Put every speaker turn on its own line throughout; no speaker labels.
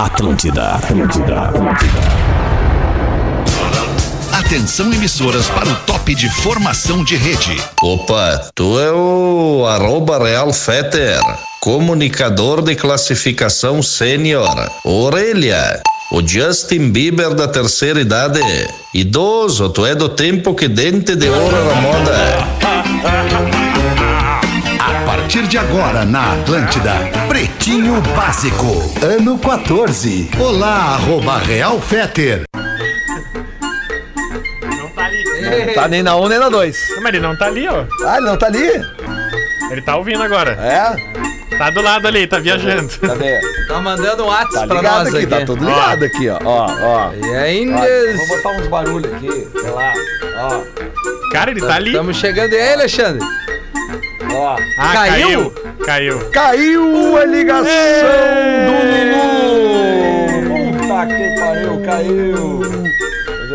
Atlântida, Atlântida, Atlântida.
Atenção emissoras para o top de formação de rede.
Opa, tu é o arroba Real Fetter, comunicador de classificação sênior. Orelha, o Justin Bieber da terceira idade. Idoso, tu é do tempo que dente de ouro era moda.
A partir de agora na Atlântida, Pretinho Básico, ano 14. Olá, arroba Real Fetter.
Não tá nem na 1 um, nem na 2.
Mas ele não tá ali, ó.
Ah, ele não tá ali?
Ele tá ouvindo agora.
É?
Tá do lado ali, tá viajando.
Cadê?
Tá mandando um WhatsApp
tá
pra nós
aqui,
aqui.
Tá tudo ligado ó. aqui, ó. Ó, ó.
E ainda... Ó,
vou botar uns barulhos aqui, sei lá. Ó.
Cara, ele tá,
Tam-
ali.
Tamo chegando. E aí, Alexandre?
Ó.
Ah,
Caiu?
caiu? Caiu.
Caiu a ligação do Lulu. Puta que pariu, caiu.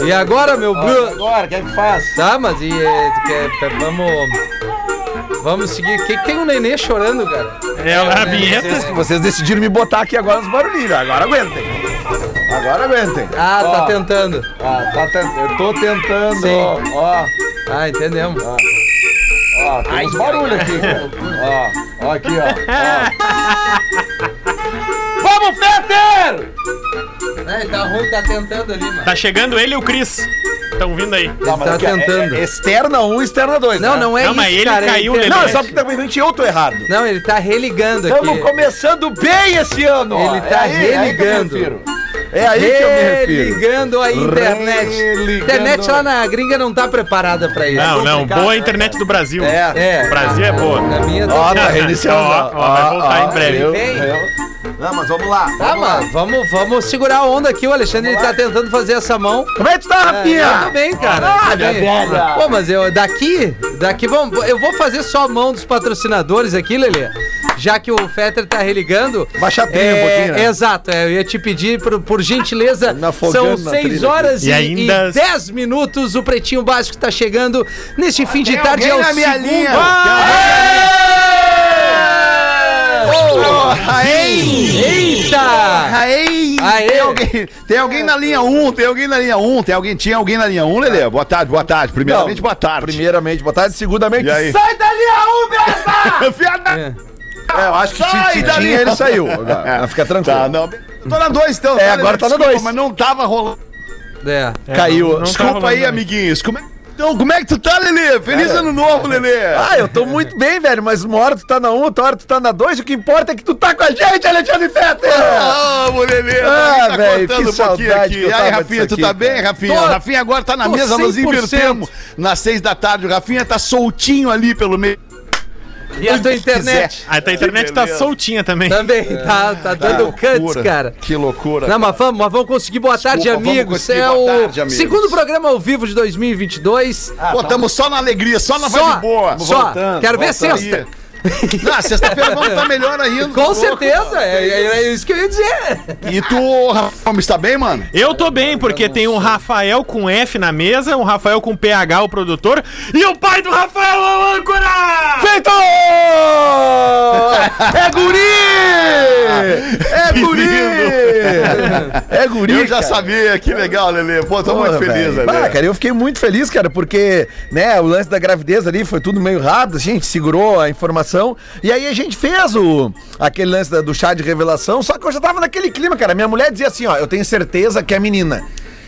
E agora, meu
Ó, e
Bruno?
agora, o que é que faz?
Tá, mas e... eh, tu quer- tá, Vamos... Vamos seguir. Que, tem um nenê chorando, cara.
É a
Vocês,
vinheta.
vocês decidiram me botar aqui agora nos barulhinhos. Agora aguentem. Agora aguentem.
Ah, tá
Ó.
tentando.
Ah, tá tentando. Eu tô tentando.
Sim.
Ó, ó,
Ah, entendemos.
ó, tem uns barulhos aqui, cara. Ó, ó, aqui, ó.
Vamos, Fetter! É, tá ruim, tá tentando ali, mano.
Tá chegando ele e o Cris. Estão vindo aí.
ó.
Ele tá tentando.
É, é externa 1, um, externa 2.
Não, não é
Não,
isso,
mas ele
cara.
caiu, né? Lelê.
ele
Não, é só porque também eu tô errado. É.
Não, ele tá religando aqui.
Estamos começando bem esse ano. ó. é
Ele tá
religando.
religando.
É aí que eu me refiro.
Religando a internet.
Religando.
Internet lá na gringa não tá preparada pra isso.
Não, não.
complicado,
Boa
né,
internet do Brasil.
É.
É.
Brasil é boa.
A minha
Ó,
tá.
tá reiniciando.
Ó, ó, vai voltar em breve.
eu-
Vem.
eu- Não, mas vamos lá.
Tá, mano, vamos, vamos segurar a onda aqui. O Alexandre ele tá tentando fazer essa mão.
Como é que tu tá, Rafinha?
É, tudo bem, cara.
Ah,
tudo
minha
bem.
velha.
Pô, mas eu daqui, daqui vamos, eu vou fazer só a mão dos patrocinadores aqui, Lelê. Já que o Fetter tá religando.
Baixa a trilha
é,
um pouquinho, né?
Exato, é, eu ia te pedir, por, por gentileza,
Me afogando
são
na
6
trilha
horas
aqui.
e,
E ainda-
e 10 minutos. O Pretinho Básico tá chegando. Neste fim de tarde é o
Ah, alguém na minha
segundo- Ah!
linha.
Oh, Eita!
Aê!
Aê!
Tem alguém, tem alguém na linha 1, tem alguém na linha 1, tem alguém, tinha alguém na linha 1, Lelê? Boa tarde, boa tarde. Primeiramente,
Não,
boa tarde.
Primeiramente, boa tarde. Segundamente,
E aí?
sai da linha 1,
Fiada-
É.
É, eu acho que
Sai um.
se, se
dali!
tinha, ele saiu. Agora,
É.
Fica tranquilo.
Tá, não. Tô na 2, então.
É, agora tá na
Desculpa,
dois.
Mas não tava rolando.
É.
É,
Caiu.
não- não tá
Desculpa
rolando
aí,
mais.
amiguinhos. Como é... Então, como é que tu tá, Lelê? Feliz
Cara.
ano novo, Lelê.
Ah, eu tô muito bem, velho, mas uma hora tu tá na 1, outra hora tu tá na 2, o que importa é que tu tá com a gente, Alexandre Fetter!
é.
Ah, amo, Lelê. tá
Ah,
Também
velho,
contando
que saudade que eu
um E aí,
tava
Rafinha,
disso
tu
aqui,
tá
cara.
bem, Rafinha?
Tô-
Rafinha agora tá na
tô
mesa, nós
100%.
invertemos. Nas seis da tarde, o Rafinha tá soltinho ali pelo meio.
E a tua
quiser.
internet?
Até a internet tá
Beleza.
soltinha também.
Também tá, tá dando cuts,
É. loucura.
cara.
Que loucura.
Não, mas vamos, mas vamos conseguir. Boa tarde,
vamos
amigos.
conseguir.
É
Boa
o
tarde, amigos.
segundo programa ao vivo de 2022.
Ah, Pô, tamo só na alegria, só na
só,
vibe boa.
só.
Voltando,
Quero ver
voltando.
sexta.
Não, sexta-feira vamos estar melhor ainda.
Com certeza, é, é- é isso que eu ia dizer.
E tu, Rafa, Gomes, tá bem, mano?
Eu tô bem, porque tem um Rafael com F na mesa, um Rafael com PH, o produtor, e o pai do Rafael, o âncora!
Feito! É guri! É guri! É guri,
Ah, Eu já
cara.
sabia, que legal, Lelê. Pô, tô
Porra,
muito
velho.
feliz, Lelê.
Bah, cara, eu fiquei muito feliz, cara, porque, né, o lance da gravidez ali foi tudo meio rápido, a gente segurou a informação, e aí a gente fez o, aquele lance da- do chá de revelação, só que eu já tava naquele clima, cara, minha mulher dizia assim, ó, eu tenho certeza que é menina.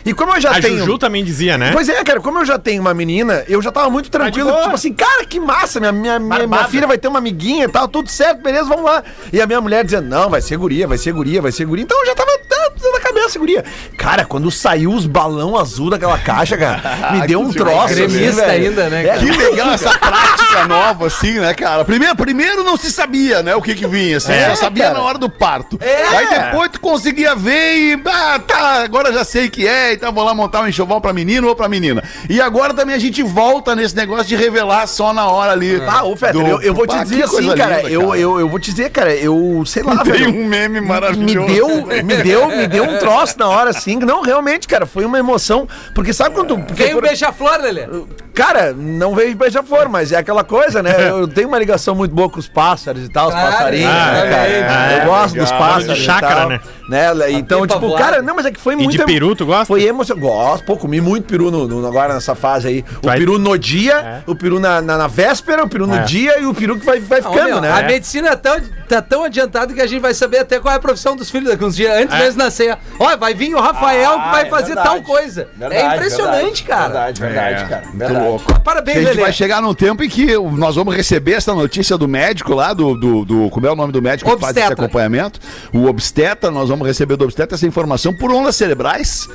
E como eu já
A
tenho...
Juju também dizia, né?
Pois é, cara, como eu já tenho uma menina, eu já tava muito tranquilo,
de boa.
tipo assim, cara, que massa, minha, minha, minha, minha
Barbada.
filha vai ter uma amiguinha e tal, tudo certo, beleza, vamos lá. E a minha mulher dizendo, não, vai ser guria, vai ser guria, vai ser guria. Então eu já tava tá, tá na cabeça, guria. Cara, quando saiu os balão azul daquela caixa, cara, me deu um
Que
troço.
demais.
Gremista ainda, né,
É,
Que legal essa prática nova, assim, né, cara? Primeiro, primeiro não se sabia, né, o que que vinha, assim.
É,
só sabia
cara.
na hora do parto.
É.
Aí depois tu conseguia ver e, ah, tá, agora já sei que é, então vou lá montar um enxoval pra menino ou pra menina. E agora também a gente volta nesse negócio de revelar só na hora ali.
Ah, ô Fetter,
do-
eu, eu vou te
Ah, que
dizer assim,
coisa
cara,
linda,
Eu, eu, eu vou te dizer, cara, eu sei lá,
Tem
velho.
um meme
me
maravilhoso.
deu, me deu, me deu um troço na hora, assim. Não, realmente, cara, foi uma emoção. Porque sabe quando. Porque
Vem o
por-
beija-flor, Lelê.
Cara, não vejo beija-flor, mas é aquela coisa, né? Eu tenho uma ligação muito boa com os pássaros e tal, os
Claro,
passarinhos, né,
exatamente.
cara?
Ah,
eu
é,
gosto
legal.
dos pássaros.
De chácara,
e tal,
né?
né? Então,
pipa
tipo,
voada.
cara, não, mas é que foi
E
muito.
de peru, tu gosta?
Foi emocionante. Gosto, pô, comi muito peru no, no- agora nessa fase aí. O
Vai-
peru no dia, o peru na, na, na véspera, o peru no
É.
dia e o peru que vai, vai
Ah, ô,
ficando,
meu,
né?
A medicina é tão, tá tão adiantada que a gente vai saber até qual é a profissão dos filhos daqui uns dias, antes
É.
deles nascer. Ó, vai vir o Rafael que
Ah,
vai
é
fazer
verdade.
tal coisa. é impressionante, cara.
Verdade, verdade,
É.
cara.
Muito
Verdade.
louco.
Parabéns,
A gente
Lelê.
vai chegar num tempo em que nós vamos receber essa notícia do médico lá, do. do, do- como é o nome do médico que faz esse
Obstetra.
acompanhamento? O obstetra, nós vamos receber do obstetra essa informação por ondas cerebrais.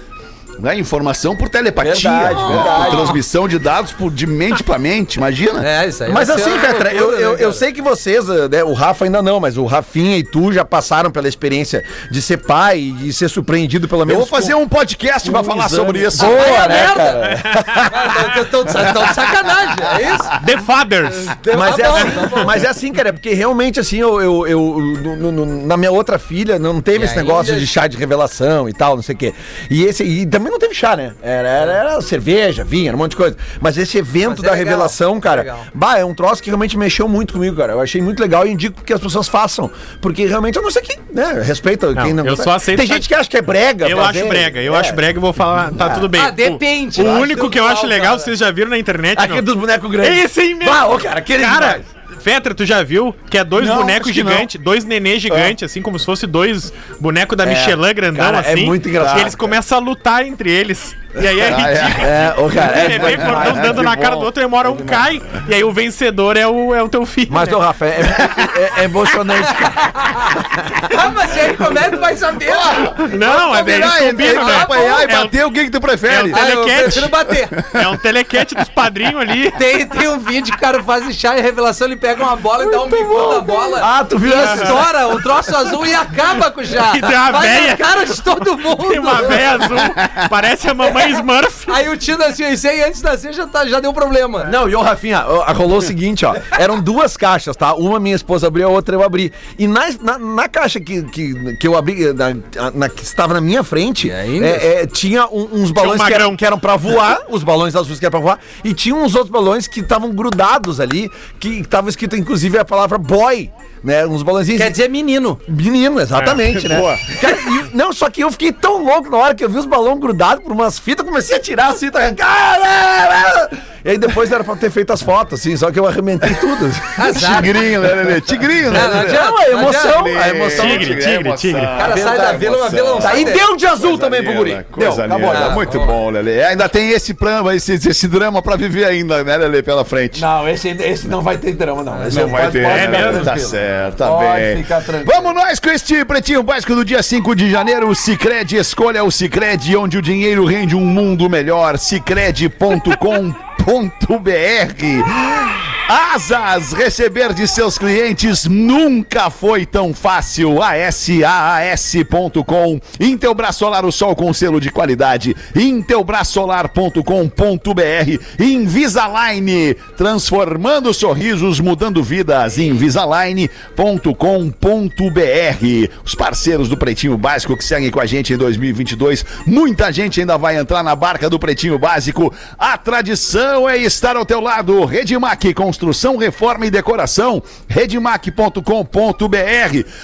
Né? Informação por telepatia.
Verdade,
né?
verdade.
Por transmissão de dados por, de mente pra mente, imagina?
É, isso aí.
Mas
vai ser
assim,
uma
Fetra,
loucura,
eu,
né,
eu, eu
cara?
sei que vocês, né, o Rafa ainda não, mas o Rafinha e tu já passaram pela experiência de ser pai e ser surpreendido pelo
Eu
menos.
vou fazer um podcast pra falar sobre isso.
Boa, né,
merda.
cara?
Estão de sacanagem, é isso?
The Fathers.
Mas é,
Tá bom,
assim,
tá bom.
mas é assim, cara, porque realmente assim, eu, eu, eu- no- no- no- na minha outra filha não teve
E
esse negócio de
ainda-
chá de revelação e tal, não sei o quê. E esse e também não teve chá, né? Era, era- era cerveja, vinho, era um monte de coisa. Mas esse evento
Mas é
da
legal,
revelação, cara,
legal.
bah, é um troço que realmente mexeu muito comigo, cara. Eu achei muito legal e indico que as pessoas façam, porque realmente eu não sei quem, né? Respeita quem não.
eu só aceito
Tem
fa-
gente que acha que é brega,
Eu
fazer.
acho brega, eu
É.
acho brega e vou falar, tá tudo bem.
Ah,
O-
depende.
O,
Eu acho
único que eu
legal,
acho legal,
cara.
vocês já viram na internet,
Aquele
não?
é dos bonecos grandes.
Esse aí mesmo.
Ah, ô, cara, aquele
Cara,
demais.
Fetra, tu já viu que é dois
Não,
bonecos
acho que
gigantes, dois nenê gigantes, assim como se fosse dois bonecos da Michelin grandão,
Ah. cara, é
assim.
muito engraçado,
E eles
cara.
começam a lutar entre eles. E aí
Ah,
é
é.
ridículo.
É, ô, cara,
O
é
bebê
demais.
cortando dando na cara do outro, e uma hora um cai, e aí o vencedor é o, é o teu filho.
Mas,
né?
ô, Rafa, é, é- é emocionante, cara.
Ah, mas e aí como é que vai saber?
Não, é bem
Virar, entre- entre
subindo, né?
apanhar e
É o-
bater, o que que tu
É o
prefere? Tá
tele-
Ah, eu
Telecat.
prefiro bater.
É um telequete dos padrinhos ali.
Tem, tem um vídeo que o cara faz chá e revelação, ele pega uma bola e dá um bico na bola.
Ah, tu viu
E
essa?
estoura o troço azul e acaba com o chá.
E tem uma
Vai na
véia.
cara de todo mundo.
Tem uma véia azul. Parece a mamãe Smurf.
Aí o tio nasceu em 100 e antes de nascer já, tá, já deu problema.
Não, e ô Rafinha, ó, rolou o seguinte, ó. Eram duas caixas, tá? Uma minha esposa abriu, a outra eu abri. E nas- na, na caixa que, que, que eu abri, na, na- que estava na minha frente,
ainda?
é, é, tinha um- uns balões que,
magrão.
eram, que eram pra voar, os balões azuis que eram pra voar, e tinha uns outros balões que estavam grudados ali, que estava escrito inclusive a palavra boy, né? Uns balõezinhos.
Quer dizer menino.
Menino, exatamente, né? Cara, e- não, só que eu fiquei tão louco na hora que eu vi os balões grudados por umas fitas, comecei a tirar as fitas, arrancar. ah, ah, ah. E aí depois era pra ter feito as fotos, assim, só que eu arrebentei tudo.
Azar.
Tigrinho, né, Lelê? Tigrinho, né?
Não, não
Lelê?
adianta.
Não, a emoção,
Lelê.
a emoção.
Tigre, tigre,
emoção.
tigre.
O cara sai da vila, uma vila não
Tá,
sai
e
dele.
deu de azul
Coisa
também pro guri.
linda, coisa
Deu, acabou.
linda.
Ah,
Muito
vamos
bom, Lelê. Ainda tem esse plano, esse, esse drama pra viver ainda, né, Lelê, pela frente.
Não, esse, esse não vai ter drama, não. Esse
é
Não vai
pode-
ter,
pode
né?
ficar
Tá
tranquilo.
certo, tá
Pode
bem.
ficar tranquilo.
Vamos nós com este Pretinho Básico do dia 5 de janeiro. O Cicred, escolha o Cicred, onde o dinheiro rende um mundo melhor. Cicred.com.br Asas, receber de seus clientes nunca foi tão fácil. ASAAS.com Intelbras Solar, o sol com selo de qualidade. Intelbrasolar.com.br Invisalign, transformando sorrisos, mudando vidas. Invisalign.com.br Os parceiros do Pretinho Básico que seguem com a gente em 2022. Muita gente ainda vai entrar na barca do Pretinho Básico. A tradição é estar ao teu lado. Redmac, construção, reforma e decoração. Redmac.com.br.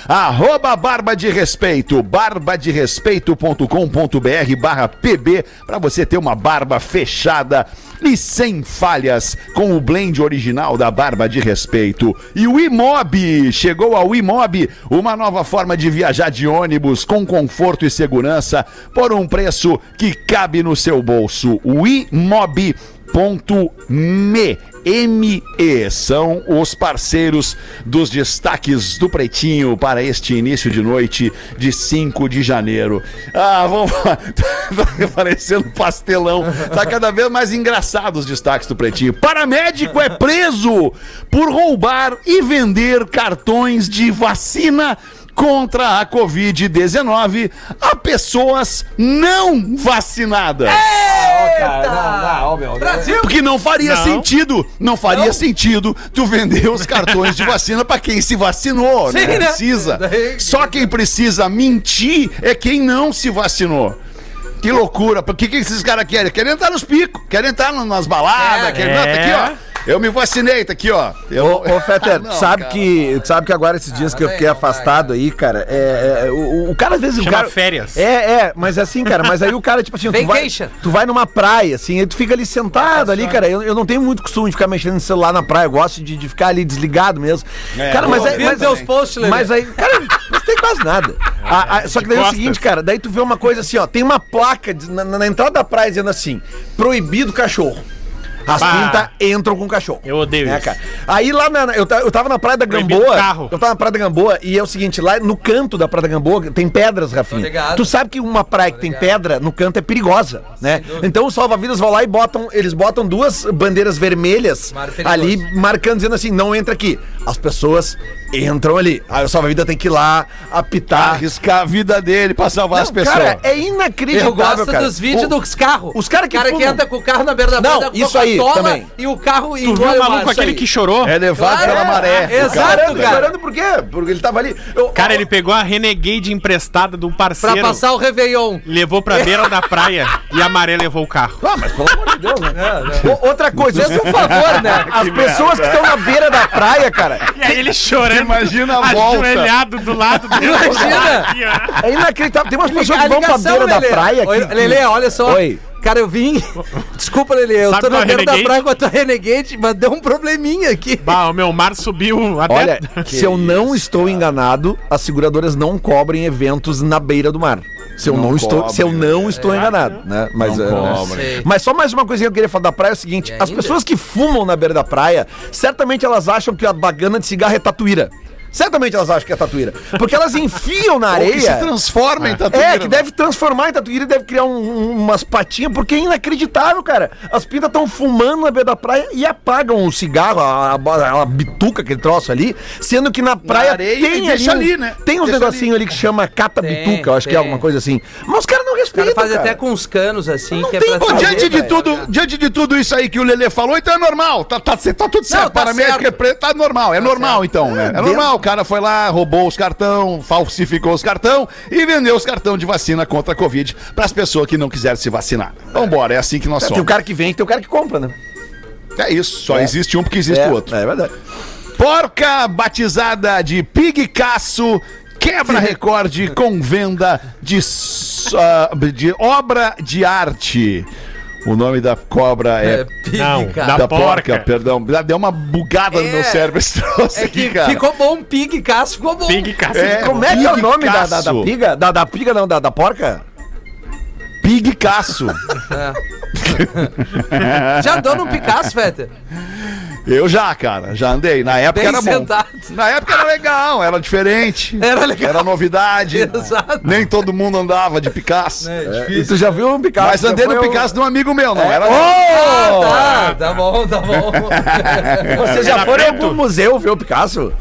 Arroba Barba de Respeito. barbaderespeito.com.br barra pb para você ter uma barba fechada e sem falhas com o blend original da Barba de Respeito. E o Imob, chegou ao Imob, uma nova forma de viajar de ônibus com conforto e segurança por um preço que cabe no seu bolso. O Imob.me ME são os parceiros dos destaques do Pretinho para este início de noite de 5 de janeiro. Ah, vamos lá. Tá parecendo pastelão. Tá cada vez mais engraçado os destaques do Pretinho. Paramédico é preso por roubar e vender cartões de vacina contra a Covid-19 a pessoas não vacinadas.
Cara, não, não, ó, meu.
Brasil!
É. Porque não faria
Não.
sentido, não faria sentido tu vender os cartões de vacina pra quem se vacinou, né?
Sim, né?
Precisa.
Daí-
Só quem precisa mentir é quem não se vacinou. Que loucura. O que, que esses caras querem? Querem entrar nos picos, querem entrar no- nas baladas,
É.
querem. Não, tá aqui, ó. Eu me vacinei, tá aqui, ó. Eu,
Ô, ô Fetter,
Não,
sabe,
cara.
que, sabe que agora esses dias que eu
vem,
fiquei
não vai,
afastado aí, cara, é, é, o, o cara às vezes.
Chama
o cara,
férias.
É, é, mas assim, cara, mas aí o cara, tipo assim, tu vai,
Vacation.
tu vai numa praia, assim, aí tu fica ali sentado ali, cara. Eu, eu não tenho muito costume de ficar mexendo no celular na praia, eu gosto de, de ficar ali desligado mesmo. cara, mas aí.
ouvindo
Mas,
É, teus posts, Lelê.
mas aí, cara, não tem quase nada. Ah, ah, só que daí é o
costas.
seguinte, cara, daí tu vê uma coisa assim, ó, tem uma placa de- na, na entrada da praia dizendo assim: proibido cachorro. As
Bah.
pintas entram com cachorro.
Eu odeio
né,
isso.
cara? Aí lá na. na- Eu, ta- eu tava na Praia da
Proibido
Gamboa.
carro.
Eu tava na Praia da Gamboa e é o seguinte, lá no canto da Praia da Gamboa tem pedras, Rafinha.
ligado.
Tu sabe que uma praia que tem pedra no canto é perigosa, né? Então os salva-vidas vão lá e botam. Eles botam duas bandeiras vermelhas
Mar perigoso.
ali, marcando, dizendo assim, não entra aqui. As pessoas entram ali. Aí o salva-vida tem que ir lá, apitar.
Arriscar a vida dele pra salvar as
Ah. Não,
pessoas.
cara, é
Eu
inacreditável,
gosto
cara.
dos vídeos
O-
dos carros.
os cara que
O cara que
fumam.
entra com o carro na beira da
Não,
da
isso aí
Coca-Cola
também.
E o carro
Tu viu o maluco aquele que chorou?
É levado
Claro,
pela
é.
maré.
Exato,
Caramba,
cara.
chorando por quê? Porque ele tava ali. Eu-
Cara, ele pegou a Renegade emprestada do
Pra
parceiro,
passar o Réveillon.
levou pra beira da praia e a maré levou o carro.
Ah, mas pelo amor de Deus, né? O- outra coisa, isso é um favor, né? As
Que
pessoas que estão na beira da praia, cara,
E aí ele chorando,
Imagina a volta.
ajoelhado do lado dele.
Imagina!
é inacreditável. Tem umas pessoas
A
que vão pra
ligação,
beira da
Lelê.
praia
Oi,
aqui.
Lelê, olha só.
Oi.
Cara, eu vim. Desculpa, Lelê. Eu
Sabe
tô na
qual é
beira da
Renegade?
praia com a tua Renegade, mas deu um probleminha aqui.
Bah, o meu mar subiu até...
Olha, se eu não estou enganado, as seguradoras não cobrem eventos na beira do mar. Se eu não, estou, se eu não estou enganado, né? Mas, é, né?
cobrem.
mas só mais uma coisinha que eu queria falar da praia é o seguinte:
E
as
ainda?
pessoas que fumam na beira da praia, certamente elas acham que a bagana de cigarro é tatuíra. Certamente elas acham que é tatuíra, porque elas enfiam na
Ou
areia.
que se transforma em né? tatuagem.
É, que deve transformar em tatuíra, deve criar um- um- umas patinhas, porque é inacreditável, cara. As pintas estão fumando na beira da praia e apagam o cigarro, a, a- a bituca, aquele troço ali, sendo que na praia
areia e
tem ali,
deixa
um-
ali, né?
tem uns
Deixa
negocinhos ali que chama cata
Tem,
bituca, eu acho que é
tem.
alguma coisa assim. Mas os caras não
O cara
respeitam,
faz
cara.
até com uns canos assim,
Não
que
tem
é pra
Pô,
como,
saber,
diante, de
velho.
tudo, diante de tudo isso aí que o Lelê falou, então é normal. Tá, tá, tá tudo certo.
tá
Paramédico
certo.
é preto, tá normal. É normal,
certo.
então, né? É normal. O cara foi lá, roubou os cartão, falsificou os cartão e vendeu os cartão de vacina contra a Covid pras pessoas que não quiserem se vacinar. Vambora, é assim que nós
Tem o
somos.
cara que vem, tem o cara que compra, né?
É isso. Só existe um porque existe o outro.
é verdade.
Porca batizada de Pigcaço quebra recorde com venda de, s- ah, de obra de arte. O nome da cobra
É,
é
pique,
Não,
cara.
dá
da porca.
porca.
perdão. Já Deu uma bugada no
É.
meu cérebro esse troço
É
aqui,
que
cara.
ficou assim, bom, pig, caço, ficou bom.
Big cacete.
É,
Como é que é o
Pig
nome da, da, da
Caço.
piga? Da, da piga, não, da, da porca?
Pigcaço.
Já deu no Picasso, Feta.
Eu já, cara, já andei. Na época
Bem
era bom.
sentado.
Na época era legal, era diferente.
Era legal.
Era novidade.
Exato. É.
Nem todo mundo andava de Picasso.
E tu já viu um Picasso?
Mas andei
Já
no
foi um-
Picasso de um amigo meu, não era?
Ah, tá, tá bom, tá bom.
Vocês já
É,
Era
foram em
preto?
algum museu ver o Picasso?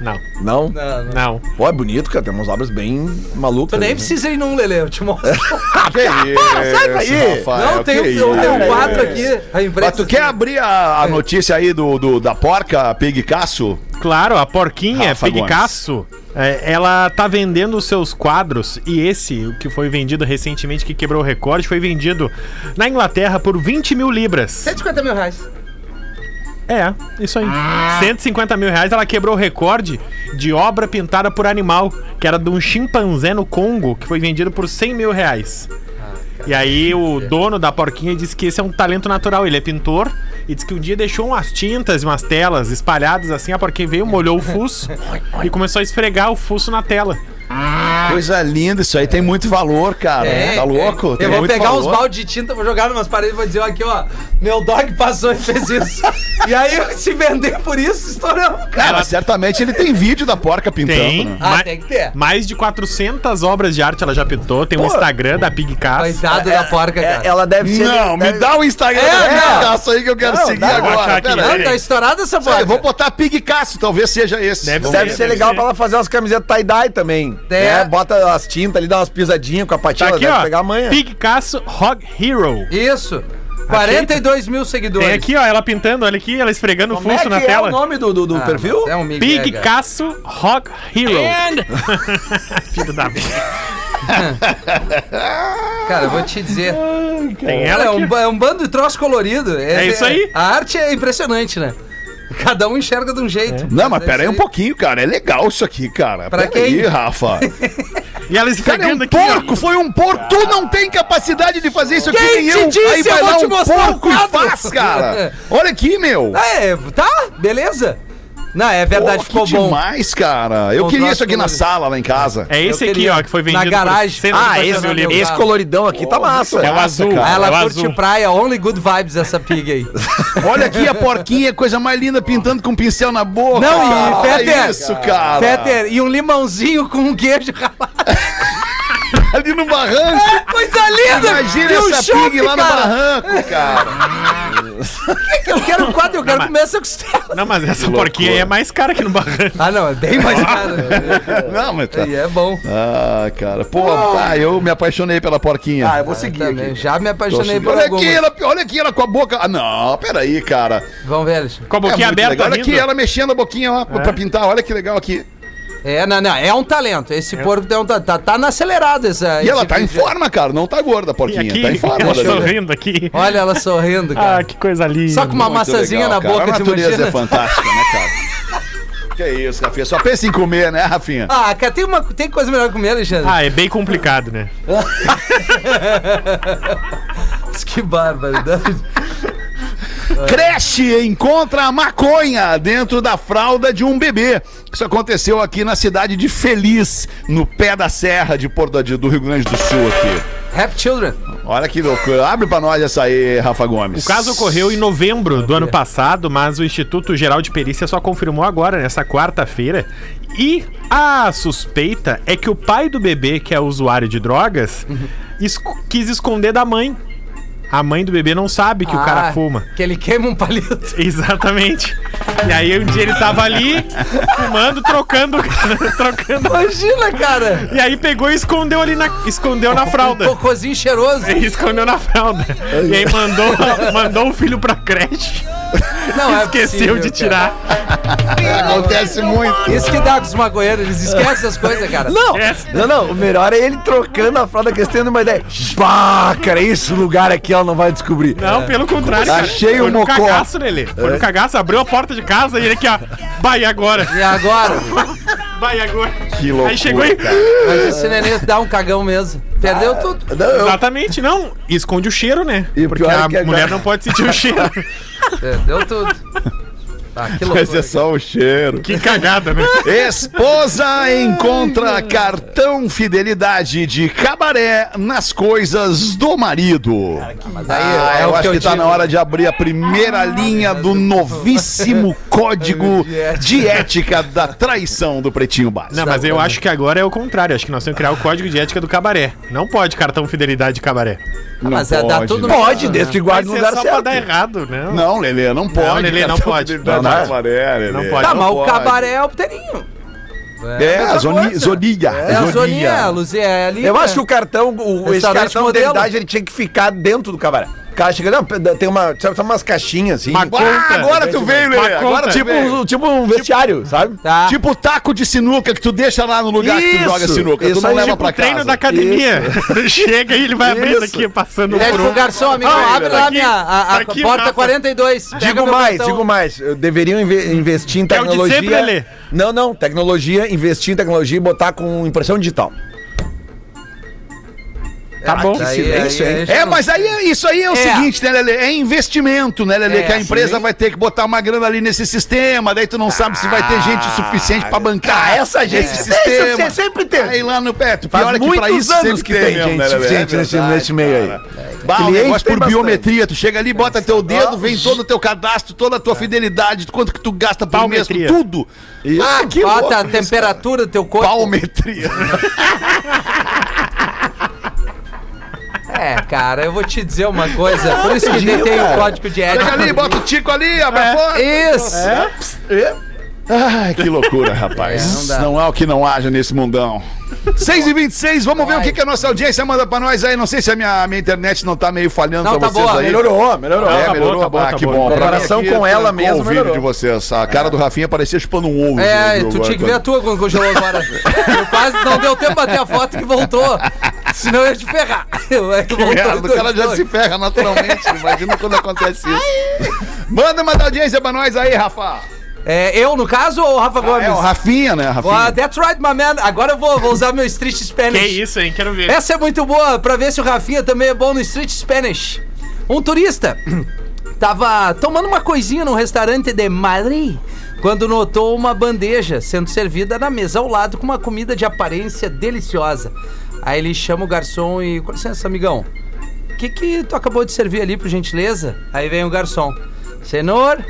Não,
Não?
Não, não.
não.
Pô, é bonito, cara. Tem umas obras bem malucas.
Tu nem
né?
precisa ir num, Lele, eu te mostro.
É, Que isso,
sai daí.
Rafael,
Não, tem,
que
eu tenho
isso.
quatro aqui. É. A imprensa-
É, Mas tu quer abrir a, a notícia aí do, do- da porca Pigcaço?
Claro, a porquinha,
Rafa
Pigcasso, é, ela tá vendendo os seus quadros e esse, o que foi vendido recentemente, que quebrou o recorde, foi vendido na Inglaterra por 20 mil libras.
150 mil reais.
É, isso aí. 150 mil reais, ela quebrou o recorde de obra pintada por animal, que era de um chimpanzé no Congo, que foi vendido por 100 mil reais. E aí o dono da porquinha disse que esse é um talento natural, ele é pintor, e disse que um dia deixou umas tintas e umas telas espalhadas assim, a porquinha veio, molhou o fuso e começou a esfregar o fuso na tela.
Coisa linda, isso aí tem muito valor, cara.
É,
tá louco? Tem
Eu vou
muito
pegar uns
valor.
balde de tinta, vou jogar numas paredes e vou dizer, ó, aqui, ó, meu dog passou e fez isso. e aí, se vender por isso, estouramos, cara.
Cara, certamente ele tem vídeo da porca pintando.
Tem,
né?
Ah,
ma-
tem que ter.
mais de 400 obras de arte ela já pintou, tem o
Pô.
Instagram da Pig Cass.
Coitado da porca,
É,
cara.
ela deve ser.
Não, me
deve-
dá o Instagram
É,
do
não.
Pigcaço aí que eu quero
Não,
seguir
dá, eu
vou achar
agora.
aqui.
Pera aí.
Não, tá estourada essa
Isso aí,
porca.
eu vou botar Pigcaço, talvez seja esse.
Deve
Vamos
Deve
ver.
ser legal
ser.
pra ela fazer umas camisetas tie-dye também.
É.
né? Bota as tintas ali, dá umas pisadinhas com a
Tá
patinha, ela
aqui,
deve pegar
ó.
a manha.
Pig Cass Hog Hero.
Isso. 42 mil seguidores.
Tem aqui, ó, ela pintando, olha aqui, ela esfregando
Como
o
é
fuso
que
na
é
tela.
o nome do, do, do
Ah,
perfil?
mas É um migué,
Big
cara.
Casso Rock Hero. Filho da
Cara, eu vou te dizer.
Tem
Cara, é,
ela
um,
aqui.
ba- é um bando de troço colorido.
É isso aí.
A arte é impressionante, né? Cada um enxerga de um
É.
jeito.
Não, mas pera aí um
pouco.
pouquinho, cara. É legal isso aqui, cara.
Pra
pera
quem?
aí, Rafa.
E ela
Cara, é um
esfregando aqui. ó.
porco, foi um porco. Tu não tem capacidade de fazer isso aqui,
Quem
nem
te
eu.
disse?
Aí vai
Eu vou
lá
te
um
mostrar o
porco e
quadro.
faz, cara. Olha aqui, meu.
Ah, é, tá, beleza. Não, é verdade,
Pô,
ficou
que
bom.
demais, cara. Eu
Bom,
queria
nós
isso aqui na
colores.
sala, lá em casa.
É esse
Eu
aqui,
queria-
ó, que foi
na
vendido
garagem.
Ah,
Ah, esse,
mil
meu
livros.
esse coloridão aqui tá massa.
É o azul.
ela
é o
curte
azul.
praia, only good vibes essa pig aí.
Olha aqui a porquinha, coisa mais linda, pintando com pincel na boca.
Não, e
cara.
Fetter,
Olha isso, cara.
Peter, e um limãozinho com um queijo ralado.
Ali no barranco.
Coisa linda!
Imagina
E um
essa
chopp,
pig lá no
cara.
barranco, cara.
Eu quero um quadro, eu quero comer essa costela.
Não, mas essa porquinha aí é mais cara que no barranco.
Ah, não, é bem mais caro.
Não, mas tá.
E é bom.
Ah, cara. Pô, ah, eu me apaixonei pela porquinha.
Ah, eu vou seguir
Também,
aqui.
já me apaixonei por
olha aqui,
algumas.
ela, olha aqui ela com a boca. Ah, não, peraí, cara.
Vamos ver, Alexandre.
Com a boquinha
É muito
aberta,
legal. Olha
rindo.
aqui, ela mexendo a boquinha lá pra pintar. Olha que legal aqui.
É, não, não, é um talento. Esse porco é um ta- tá, tá na acelerada essa.
E ela
esse
tá em
vídeo.
forma, cara. Não tá gorda a
E
porquinha.
aqui,
Tá em forma.
ela
olha ali.
sorrindo aqui.
Olha ela sorrindo, cara.
Ah, que coisa linda.
Só com uma
Muito
maçãzinha
legal,
na
cara.
boca,
A
tu
natureza
imagina?
é fantástica, né, cara? que isso, Rafinha. Só pensa em comer, né, Rafinha?
Ah, cara, tem, uma, tem coisa melhor que comer, Alexandre?
Ah, é bem complicado, né?
Que barbaridade.
É.
Creche encontra a maconha dentro da fralda de um bebê. Isso aconteceu aqui na cidade de Feliz, no pé da serra de Porto de- do Rio Grande do Sul aqui.
Happy Children.
Olha que loucura. Abre pra nós essa aí, Rafa Gomes.
O caso ocorreu em novembro do ano passado, mas o Instituto Geral de Perícia só confirmou agora, nessa quarta-feira. E a suspeita é que o pai do bebê, que é usuário de drogas, esco- quis esconder da mãe. A mãe do bebê não sabe que o cara
Ah,
fuma.
Que ele queima um palito.
Exatamente. E aí um dia ele tava ali, fumando, trocando, trocando.
Imagina, cara. Um
E aí pegou e escondeu ali na. Escondeu na fralda.
Cocôzinho cheiroso.
E escondeu na fralda. E aí mandou, mandou o filho pra creche.
Não, é
Esqueceu
possível,
de
cara.
tirar. é-
Acontece muito.
Isso que dá com os magoeiros, eles esquecem as coisas, cara.
Não,
Yes.
não, não, o melhor é ele trocando a fralda, que eles tendo uma ideia. Bah, cara, é esse lugar aqui ela não vai descobrir.
Não, pelo contrário.
Tá
cara.
cheio É.
Foi
o
no
mocó.
cagaço nele. Foi no cagaço, abriu a porta de casa e ele aqui, ó. Vai e agora.
E agora?
Vai e agora.
Que loucura.
aí chegou e.
cara.
Mas esse neném dá um cagão mesmo. Perdeu
Ah,
tudo.
Não, eu-
Exatamente, não. E Esconde o cheiro, né?
E o
Porque
pior é
a
que agora-
mulher não pode sentir o cheiro.
Perdeu É, tudo. Ah, que loucura.
Mas é só o cheiro.
que cagada, né?
Esposa encontra cartão fidelidade de cabaré nas coisas do marido.
Daí
Ah, eu acho que, tá
digo.
na hora de abrir a primeira linha do novíssimo código
De ética.
de ética da traição do Pretinho Básico.
Não, mas eu acho que agora é o contrário. Acho que nós temos que criar o código de ética do cabaré. Não pode cartão fidelidade de cabaré.
Não
mas é, dá tudo
né?
Pode, desde que guarde no
Vai ser
lugar
só
certo.
pra dar errado, né?
Não, Lelê, não pode.
Lelê, não
cartão
pode.
fidelidade
Não,
de
não.
cabaré, Lelê.
Não pode.
Tá, mas o
pode.
cabaré é o pterinho.
É, a zoni,
coisa.
zoninha.
É a Zoninha, a Luzia, é ali.
Eu
né?
acho que o cartão, o, esse
Restaurante
cartão de
modelo.
identidade, ele tinha que ficar dentro do cabaré. O cara chega, não, tem uma, sabe, tem umas caixinhas assim.
Uma conta.
Ah, agora tu veio, Lelê.
Uma
Agora
conta.
tipo,
tipo, um- tipo um vestiário, sabe?
Tá.
tipo o taco de sinuca que tu deixa lá no lugar que tu
Isso,
joga sinuca.
isso
tu não
aí,
leva
tipo
pra
O treino
casa.
da academia. Chega e ele vai abrindo
Isso.
aqui, passando
Pede
por um.
pro garçom, amigo,
Ah,
abre
tá
lá
aqui,
minha, a, a
tá aqui,
porta
Rafa.
42. pega
Digo
meu
mais,
cartão.
digo mais. eu- Deveriam inve- investir em
é o de
tecnologia.
sempre, Lelê.
Não, não. Tecnologia, investir em tecnologia e botar com impressão digital.
Tá bom.
que
Daí,
silêncio,
aí,
hein?
aí,
É, mas aí é- isso aí é o
É.
seguinte, né, Lelê? É investimento, né, Lelê?
É,
que a empresa
sim.
vai ter que botar uma grana ali nesse sistema, daí tu não sabe se vai ter gente suficiente pra bancar
Ah, essa gente
esse
tem,
sistema.
você sempre tem.
Aí lá no pé, tu
Faz
pior é que pra
muitos
isso
anos
sempre
que tem
mesmo,
gente
né, Lelê?
suficiente
É
nesse,
verdade,
nesse meio aí.
cara. Bah, o
Cliente
negócio
tem
por
bastante.
biometria, tu chega ali, bota teu dedo, vem todo o teu cadastro, toda
É.
a tua fidelidade, quanto que tu gasta por mês,
Palmetria.
tudo. Ah, que
Bota a
louco isso,
temperatura do teu corpo.
Palmetria.
É, cara, eu vou te dizer uma coisa. Por isso que tem o código de
Pega ali, É?
ética.
bota o tico
É,
ali, abre a porta.
Isso.
Ai, que loucura, rapaz.
É, não dá.
não há o que não haja nesse mundão. 6h26, vamos ver o que, que a nossa audiência manda pra nós aí. Não sei se a minha, minha internet não tá meio falhando
Não,
pra
tá
vocês
boa,
aí.
Melhorou, melhorou.
É,
tá
melhorou.
boa, tá boa,
ah,
tá
que
boa.
bom.
Em comparação
Pra mim
com ela
trancou
mesma,
o vídeo
melhorou.
de vocês. A cara do Rafinha parecia chupando um ovo.
É,
viu,
tu
agora,
tinha que ver a tua quando congelou agora. Eu quase não deu tempo de bater a foto que voltou. Senão eu ia te ferrar. Eu é que vou
merda, o cara já se ferra naturalmente. Imagina quando acontece isso. Manda uma da audiência pra nós aí, Rafa.
É, eu, no caso, ou o Rafa Gomes?
É o Rafinha, né,
Ah,
Rafinha?
that's right, my man. Agora eu vou, vou usar meu Street Spanish.
Que isso, hein? Quero ver.
Essa é muito boa pra ver se o Rafinha também é bom no Street Spanish. Um turista tava tomando uma coisinha num restaurante de Madrid quando notou uma bandeja sendo servida na mesa ao lado com uma comida de aparência deliciosa. Aí ele chama o garçom e, com licença, amigão, o que que tu acabou de servir ali, por gentileza? Aí vem o garçom. Senhor,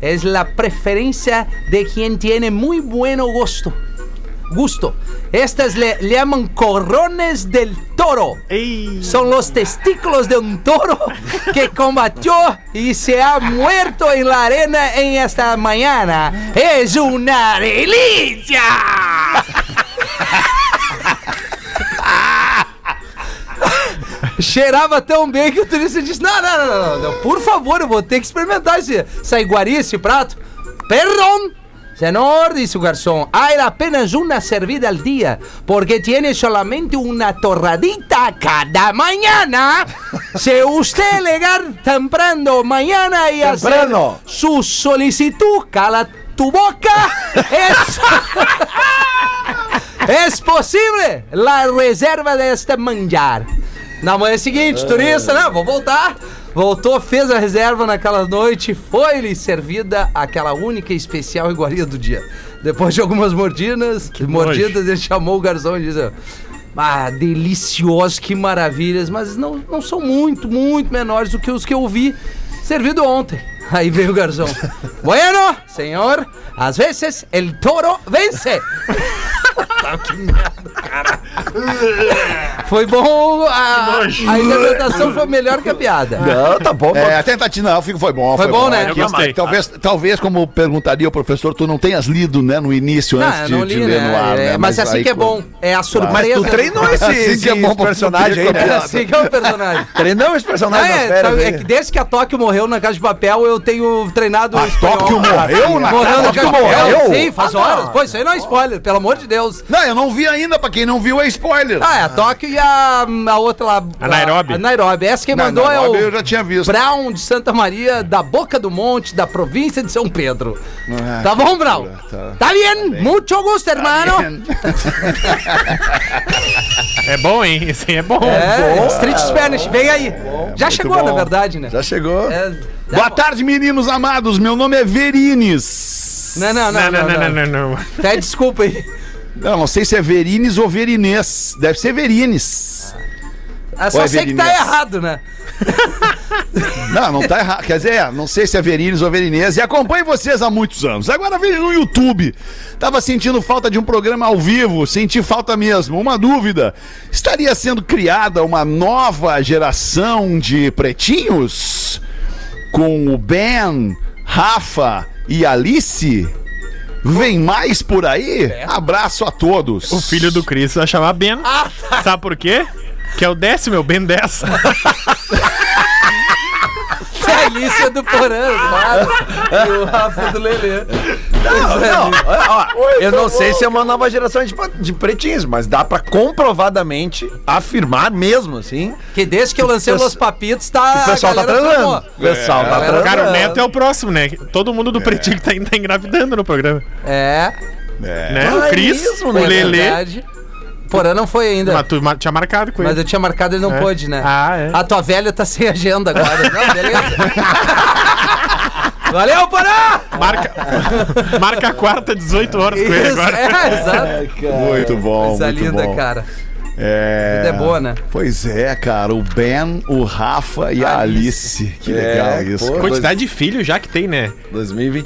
es la preferencia de quien tiene muy bueno gusto. Gusto. Estas le llaman corrones del toro.
Ei.
Son los testículos de un toro que combatió y se ha muerto en la arena en esta mañana. Es una delicia. Cheirava tão bem que o turista disse: não, não, não, não, não, por favor, eu vou ter que experimentar esse, essa iguaria, esse prato. Perdão! Senhor, disse o garçom, há apenas uma servida al dia, porque tiene solamente uma torradita cada manhã. Se você ligar temprano manhã e hacer
Temprano.
su solicitud, cala tu boca, es, es posible la reserva deste manjar. Na manhã seguinte, turista, né? Vou voltar. Voltou, fez a reserva naquela noite, foi-lhe servida aquela única e especial iguaria do dia. Depois de algumas mordidas, mordidas ele chamou o garçom e disse: Ah, deliciosos, que maravilhas, mas não, não são muito, muito menores do que os que eu vi servido ontem. Aí veio o garçom: Bueno, senhor, às vezes el toro vence. Foi bom, a, a interpretação foi melhor que a piada.
Não, tá bom.
É, a tentativa não, fico- foi bom.
Foi bom, né?
Que-
Eu gostei.
talvez, talvez, como perguntaria o professor, tu não tenhas lido, né, no início,
Não,
antes
eu
de,
não
de
li,
ler
né?
no ar,
É,
né?
mas, assim
aí
que é
quando-
bom. É a surpresa.
Tu treinou esse,
Assim que é
esse
bom pra
personagem aí,
poder
né?
copiar.
Assim que é o personagem.
Treinou esse personagem
Ah,
nas
é,
férias
sabe, é
né?
aí.
que desde que a Tóquio morreu na Casa de Papel, eu tenho treinado o espanhol.
Tóquio morreu na
Morreu na
Tóquio
Casa de Papel?
morreu?
Sim, faz horas. Pô, isso aí não é spoiler, pelo amor de Deus.
Não, eu não vi ainda, pra quem não viu é spoiler.
Ah, é a Tóquio e a, a outra lá.
A Nairobi.
A Nairobi. Essa quem
Na-
mandou
na
é o
Nairobi eu já tinha visto.
Brown de Santa Maria, da Boca do Monte, da província de São Pedro. tá bom, Brown?
tá.
Tá, bem. Muito gusto, hermano.
É bom, hein? Esse aí é bom.
É, Street Spanish, vem aí. Já chegou,
bom.
na verdade, né?
Já chegou.
É,
Boa tarde, meninos amados. Meu nome é Verines.
Não, não, não, não, não,
não, não.
Até desculpa aí.
Eu não sei se é Verines ou Verinês. Deve ser Verines.
Eu só
Oi,
sei que tá
Vinícius.
errado, né?
Não, não tá errado. Quer dizer, é, não sei se é Verines ou Verinês. E acompanho vocês há muitos anos. Agora vejo no YouTube. Tava sentindo falta de um programa ao vivo. Senti falta mesmo. Uma dúvida. Estaria sendo criada uma nova geração de pretinhos? Com o Ben, Rafa e Alice? Vem mais por aí? Abraço a todos.
O filho do Cris vai chamar Ben.
Ah, tá.
Sabe por quê? Que é o décimo, é o Ben 10.
Isso é a Alicia do Porã, é claro. E o Rafa do Lelê.
Não, ó, eu não sei se é uma nova geração de, pa- de pretinhos, mas dá pra comprovadamente afirmar mesmo, assim.
Que desde que eu lancei os Los Papitos, tá.
O pessoal
a
tá
galera
transando.
formou.
O pessoal tá
Galera,
transando.
Cara, o Neto é o próximo, né? Todo mundo do Pretinho que tá, tá engravidando no programa.
É,
Né?
Ah, é
o Cris,
mesmo,
o
né?
é
Lelê.
verdade. Porã não foi ainda.
Mas tu ma- tinha marcado com
Mas
ele.
eu tinha marcado e ele não
É.
pôde, né?
Ah, é.
A tua velha tá sem agenda agora. Não, beleza. Valeu, Porã!
Marca, marca a quarta, 18 horas com ele
Isso,
agora.
é, exato.
Muito bom.
Coisa
muito
linda,
bom.
cara.
É...
Vida é boa, né?
Pois é, cara. O Ben, o Rafa e a Alice. Que
É,
legal isso. cara.
Quantidade de filho já que tem, né?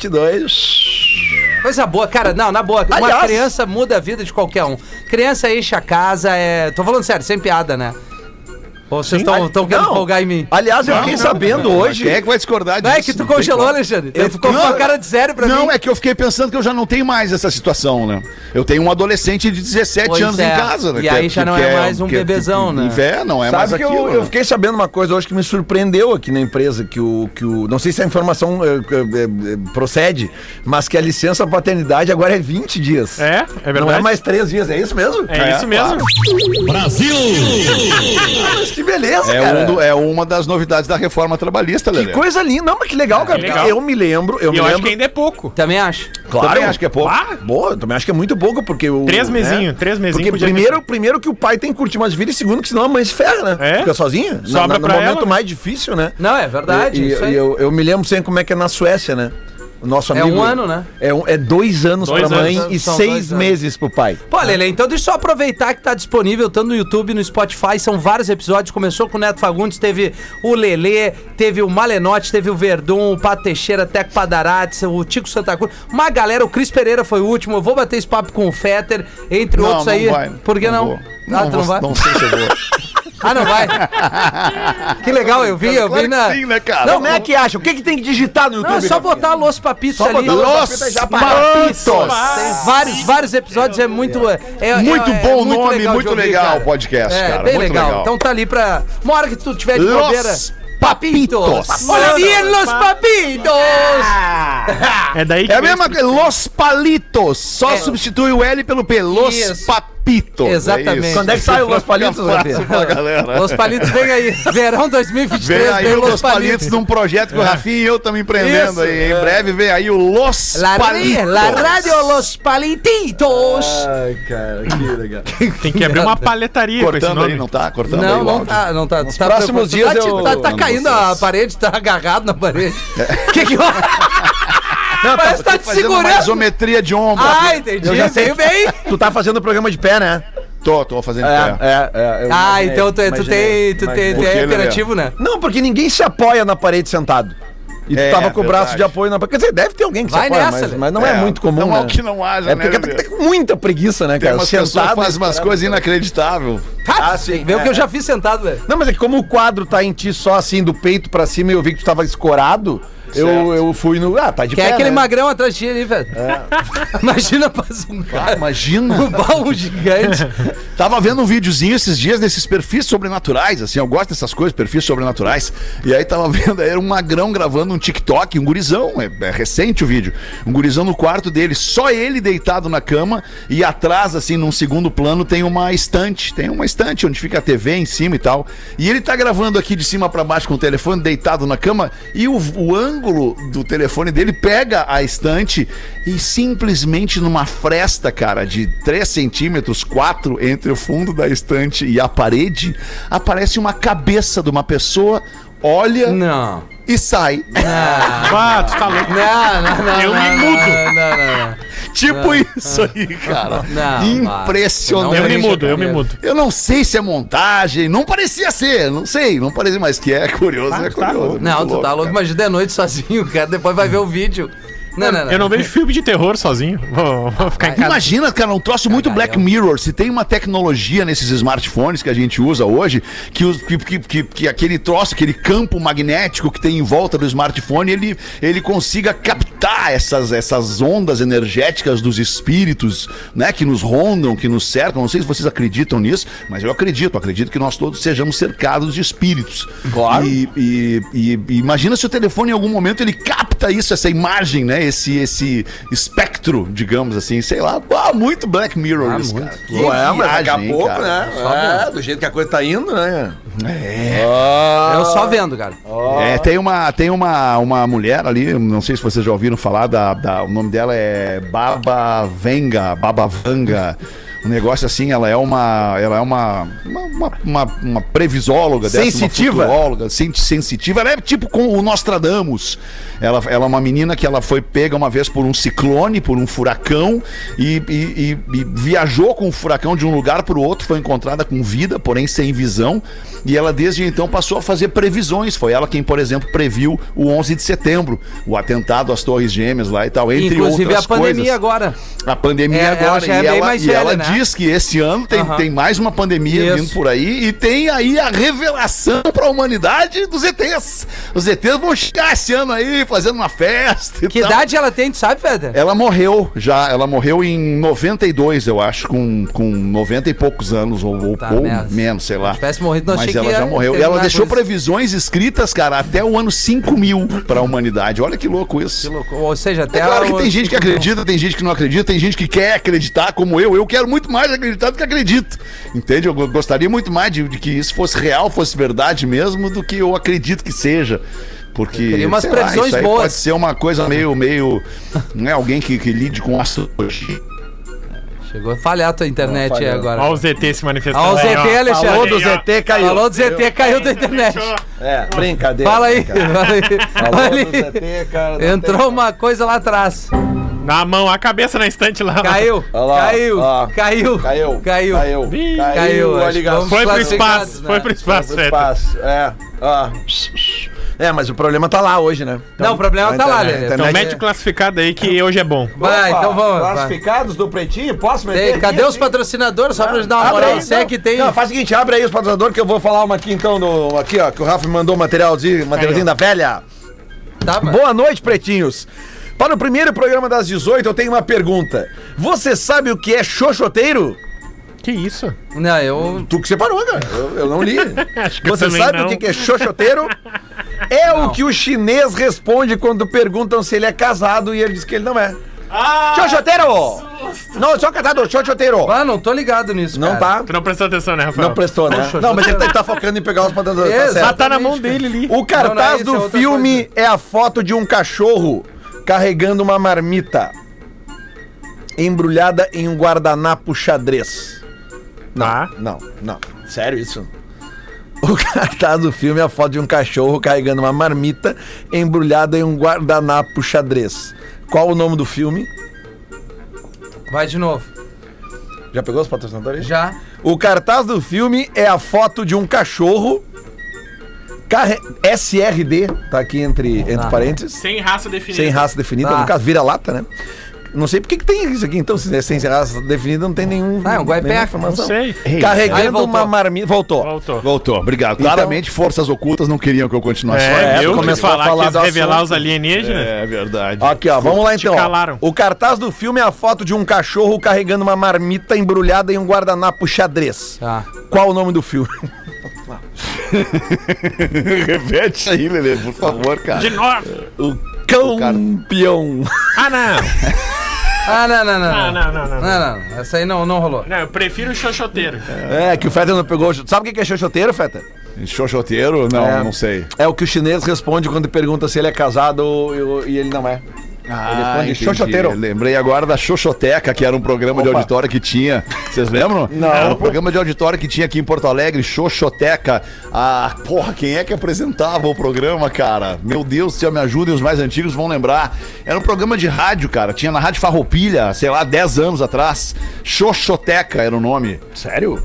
2022.
Coisa boa, cara. Não, na boa. Uma
Aliás-
criança muda a vida de qualquer um. Criança enche a casa, é. Tô falando sério, sem piada, né? Ou vocês estão querendo
Não.
folgar em mim?
Aliás, eu fiquei sabendo hoje.
Quem é que vai discordar
Não
disso?
é que tu
Não tem
congelou,
como.
Alexandre.
Eu-
Tu ficou com uma cara de sério pra
não,
mim.
é que eu fiquei pensando que eu já não tenho mais essa situação, né? Eu tenho um adolescente de 17
Pois
anos
é.
em casa, né?
E aí já não é mais um bebezão, né?
É, não é mais
Sabe que
aquilo.
eu,
né?
eu fiquei sabendo uma coisa hoje que me surpreendeu aqui na empresa, que o. Que o não sei se a informação eh, eh, eh, procede, mas que a licença paternidade agora é 20 dias.
É, é
Não é
verdade.
mais 3 dias, é isso mesmo?
É isso mesmo.
Mas que beleza,
É,
cara.
um do- é uma das novidades da reforma trabalhista,
Que
Lelê.
coisa linda. Não, mas que legal, cara.
É, legal.
porque Eu me lembro, eu
E
me
eu acho
lembro.
que ainda é pouco.
Também acho.
Claro,
Também acho que é pouco.
Ah,
Boa, eu também acho que é muito pouco, porque o.
Três
né?
mesinhos, três mesinhos
Porque
podia-
primeiro, primeiro que o pai tem que curtir mais vida e segundo que senão a mãe se ferra, né?
É?
Fica sozinha. Na-
Sobra
na- no
pra
momento
ela, né?
mais difícil, né?
Não, é verdade.
E- E,
isso aí.
e eu, eu me lembro sempre como é que é na Suécia, né? O nosso
É
amigo.
um ano, né?
É, um- é dois anos
Dois
pra mãe
anos.
e
São dois
seis
anos.
meses pro pai.
Pô, Lele, então deixa eu só aproveitar que tá disponível tanto no YouTube, no Spotify, são vários episódios. Começou com o Neto Fagundes, teve o Lele, teve o Malenote, teve o Verdun, o Pato Teixeira, Teco Padarati, o Tico Santa Cruz. Uma galera, o Cris Pereira foi o último. Eu vou bater esse papo com o Fetter, entre outros aí. Por que não?
vou.
Ah,
não, vou-
tu não vai?
não sei se eu vou.
Ah, não vai? que legal, eu vi, eu
Claro que
vi na.
sim, né, cara?
Não,
Como é que acha? O que, que tem que digitar no
Não, é
YouTube?
só botar Los Papitos ali.
botar Los
Los
Papitos já
Papitos!
Tem vários, vários episódios, é muito. É, é-
Muito
é- é
bom nome,
legal de
muito
ouvir,
legal
cara.
o podcast,
É,
cara.
bem
muito
legal. Então tá ali pra. Uma hora que tu tiver de bobeira.
Los Papitos.
Olha aí, Los Papitos!
É daí que.
É a mesma coisa, Los Palitos. Só substitui o L pelo P. Los
É. Isso.
Papitos.
Exatamente.
isso.
Quando é que sai o Los Palitos,
Fica
Rafinha?
fácil pra galera.
Los Palitos vem aí. Verão
Vem
2023, vem,
aí o
Los,
Los
Palitos. É.
Palitos num projeto que o Rafinha e eu estamos empreendendo
Isso,
aí.
é.
Em breve vem aí o Los
La,
Palitos. Ah,
la Radio Los Palititos!
Ai, cara, que legal.
Tem que abrir uma paletaria com esse
Cortando aí,
nome.
não tá? Cortando aí
Não,
o
não
áudio.
tá, não tá. Nos
próximos dias
tá,
eu-
tá, tá
Não,
caindo a parede, tá agarrado na parede. Que que eu... Parece que tá te
Fazendo uma
segurando.
isometria de ombro.
Ah, entendi.
Eu já sei.
Veio bem.
Tu tá fazendo o programa de pé, né?
Tô, tô fazendo pé.
é. eu
Ah,
imaginei,
então tu, é- tu
imaginei,
tem, tu tem,
imaginei.
tu
Por
é
que, Lelé?
imperativo, né?
Não, porque ninguém se apoia na parede sentado. E tu
É,
tava com o braço
verdade.
de apoio na parede. Quer dizer, deve ter alguém que
Vai
se apoia,
nessa,
mas,
Lê.
mas não é, muito comum,
Não
né?
é o que não haja,
É
né?
porque tá, tá
Lelê?
com muita preguiça, né,
Tem
cara?
umas pessoas que fazem umas
tá.
parado.
coisas inacreditáveis.
Ah,
sim,
Vê o
é.
que eu já fiz sentado, velho.
Não, mas é que como o quadro tá em ti só assim, do peito pra cima, e eu vi que tu tava escorado, eu, eu fui no... Ah, tá de
Que é
pé,
aquele
né?
magrão atrás de ti ali, velho. Imagina fazer um cara.
Ah, Imagina.
Um baú gigante.
Tava vendo um videozinho esses dias desses perfis sobrenaturais, assim, eu gosto dessas coisas, perfis sobrenaturais. E aí tava vendo, aí era um magrão gravando um TikTok, um gurizão, é, é recente o vídeo. Um gurizão no quarto dele, só ele deitado na cama e atrás, assim, num segundo plano tem uma estante, tem uma estante onde fica a TV em cima e tal. E ele tá gravando aqui de cima pra baixo com o telefone deitado na cama e o, o ângulo do telefone dele pega a estante e simplesmente numa fresta, cara, de 3 centímetros, 4 entre o fundo da estante e a parede, aparece uma cabeça de uma pessoa, olha
Não.
e sai.
Ah, tu tá louco.
Não, não, não.
Eu
não,
me
não,
mudo.
Não, não, não.
tipo isso aí, cara.
Não,
Impressionante.
não
Eu me
Deixa
mudo, eu me
comigo.
mudo.
Eu não sei se é montagem, não parecia ser, não sei, não parecia, mas que é curioso, é curioso.
Não, tu tá louco.
mas.
Imagina de noite sozinho, cara. Depois vai ver o vídeo. Não, não, não.
Eu não vejo filme de terror sozinho. Vou, vou ficar em casa.
Imagina, cara, um troço muito
Cagalhão.
Black Mirror. Se tem uma tecnologia nesses smartphones que a gente usa hoje, que, os- que, que, que- que aquele troço, aquele campo magnético que tem em volta do smartphone, ele, ele consiga captar essas, essas ondas energéticas dos espíritos, né, que nos rondam, que nos cercam. Não sei se vocês acreditam nisso, mas eu acredito. Acredito que nós todos sejamos cercados de espíritos. Claro. E, e- e- e imagina se o telefone em algum momento ele capta isso, essa imagem, né, esse, esse espectro, digamos assim, sei lá. Ah, muito Black Mirror isso, cara. Que
Ah, Ué, mas daqui a
viagem, hein,
pouco,
cara.
né? É, do jeito que a coisa tá indo, né? Ah,
Eu só vendo, cara.
É, tem uma, tem uma, uma mulher ali, não sei se vocês já ouviram falar, da, da- o nome dela é Baba Venga, Baba Vanga. Um negócio assim, ela é uma. Ela é uma. Uma, uma, uma, uma previsóloga dessa,
Sensitiva?
Uma futuróloga, sen- sensitiva. Ela é tipo com o Nostradamus. Ela, ela é uma menina que ela foi pega uma vez por um ciclone, por um furacão, e, e- e- e viajou com o furacão de um lugar para o outro, foi encontrada com vida, porém sem visão, e ela desde então passou a fazer previsões. Foi ela quem, por exemplo, previu o 11 de setembro, o atentado às Torres Gêmeas lá e tal, entre
Inclusive a
outras
pandemia
coisas.
agora.
A pandemia
É, ela
agora,
já é
e
bem
ela,
mais
e
velha,
ela
né?
diz que esse ano tem,
Aham.
tem mais uma pandemia
Isso.
vindo por aí e tem aí a revelação pra humanidade dos ETs. Os ETs vão chegar esse ano aí fazendo uma festa e
Que
tal.
idade ela tem, tu sabe, Feder?
Ela morreu já, ela morreu em 92, eu acho, com, com 90 e poucos anos, ou, ou,
Tá,
ou
merda.
menos, sei lá.
Se tivesse morrido, não
Mas
achei
ela
que
já
ia
morreu. E
terminar
ela
com
deixou
isso.
previsões escritas, cara, até o ano 5000 pra humanidade. Olha que louco isso.
Ou seja, até
É claro
ela-
que tem gente que acredita, tem gente que não acredita, tem gente que quer acreditar, como eu. Eu quero muito mais acreditar do que acredito. Entende? Eu go- gostaria muito mais de, de que isso fosse real, fosse verdade mesmo, do que eu acredito que seja. Porque.
queria umas
sei
previsões
isso aí
boas.
Pode ser uma coisa meio. meio não é alguém que, que lide com astrologia.
Chegou a falhar a tua internet aí agora.
Olha o ZT se manifestando.
Olha o
aí,
ZT,
ó.
Alexandre.
Falou do
Aí, ó.
ZT,
caiu.
Falou do ZT, caiu da internet.
Fechou.
É, brincadeira.
Fala aí,
brincadeira.
fala aí.
Falou
Olha
do
aí.
ZT, cara, não tem-
Entrou um uma coisa lá atrás.
Na mão, a cabeça na estante lá.
Caiu,
Olha lá,
caiu,
ó.
caiu,
Caiu.
caiu,
Caiu.
Ih,
caiu,
a
acho que
ligação.
vamos
Foi pro
classificados,
espaço,
né?
foi pro espaço,
Foi
Feta.
espaço. É, ó. É, mas o problema tá lá hoje, né?
Não, o problema
a
tá
internet-
lá,
é
Lelê.
a internet-
Então mete o classificado aí que hoje é bom.
Vai, então vamos. vai.
Classificados do Pretinho, posso meter?
Tem-
aqui?
cadê os patrocinadores? Só pra gente dar uma
Abre
moral.
aí,
Se é
não.
que tem.
Não, faz o seguinte, abre aí os patrocinadores que eu vou falar uma aqui então, no, aqui ó, que o Rafa me mandou um materialzinho, materialzinho da velha.
Tá, mas-
Boa noite, pretinhos. Para o primeiro programa das 18, eu tenho uma pergunta. Você sabe o que é xoxoteiro?
Que isso?
Não, eu.
Tu que separou, cara. Eu, eu não li.
Acho que eu
Você
também
sabe
não.
o que que é xoxoteiro? É o que o chinês responde quando perguntam se ele é casado e ele diz que ele não é. xoxoteiro! Não, eu sou casado, xoxoteiro.
Ah, não tô ligado nisso.
Não
cara.
tá.
Tu não prestou atenção, né, Rafael?
Não prestou, né? Não, mas ele tá, ele tá focando em pegar os patrocinadores. tá
Exato.
certo.
Ah, tá na mão dele ali.
O
Não, não é
cartaz
isso, é
do
outra
filme é a foto de um cachorro carregando uma marmita embrulhada em um guardanapo xadrez. Não,
Tá.
Ah?
não, não. Sério isso? O cartaz do filme é a foto de um cachorro carregando uma marmita embrulhada em um guardanapo xadrez. Qual o nome do filme?
Vai de novo.
Já pegou os patrocinadores?
Já.
O cartaz do filme é a foto de um cachorro. carre- SRD, tá aqui entre, entre
Ah.
parênteses.
Sem raça definida.
Sem raça definida,
Tá.
no caso, vira-lata, né? Não sei por que que tem isso aqui, então, se é sem raça definida, não tem nenhum.
Ah, é um guaipeca,
nenhuma
Não
informação.
sei.
Aí
Carregando
voltou.
uma marmita. Voltou.
Voltou.
Voltou, obrigado. Então, Claramente, forças ocultas não queriam que eu continuasse
É,
é,
eu quis
começou a
falar,
falar
quis
do
revelar
assunto.
os alienígenas.
É verdade.
Aqui, ó, vamos lá então. ó.
calaram.
O cartaz do filme é a foto de um cachorro carregando uma marmita embrulhada em um guardanapo xadrez.
Tá.
Qual o nome do filme?
Repete aí, Lelê, por favor, cara.
De novo.
O
car-
Campeão.
Ah, não.
Ah, não, não,
Ah,
não.
não, não, não.
Não, não. Essa aí não, não rolou.
Não, eu prefiro o xoxoteiro.
É, que o Feta não pegou. Sabe o que é xoxoteiro, Feta?
Xoxoteiro? Não,
É.
não sei.
É o que o chinês responde quando pergunta se ele é casado ou- e ele não é.
Ah,
responde
entendi.
xoxoteiro.
Lembrei agora da Xoxoteca, que era um programa de auditório que tinha. Vocês lembram?
Não.
Era um programa de auditório que tinha aqui em Porto Alegre, Xoxoteca. Ah, porra, quem é que apresentava o programa, cara? Meu Deus, se eu me ajudem, os mais antigos vão lembrar. Era um programa de rádio, cara. Tinha na Rádio Farroupilha, sei lá, 10 anos atrás. Xoxoteca era o nome.
Sério?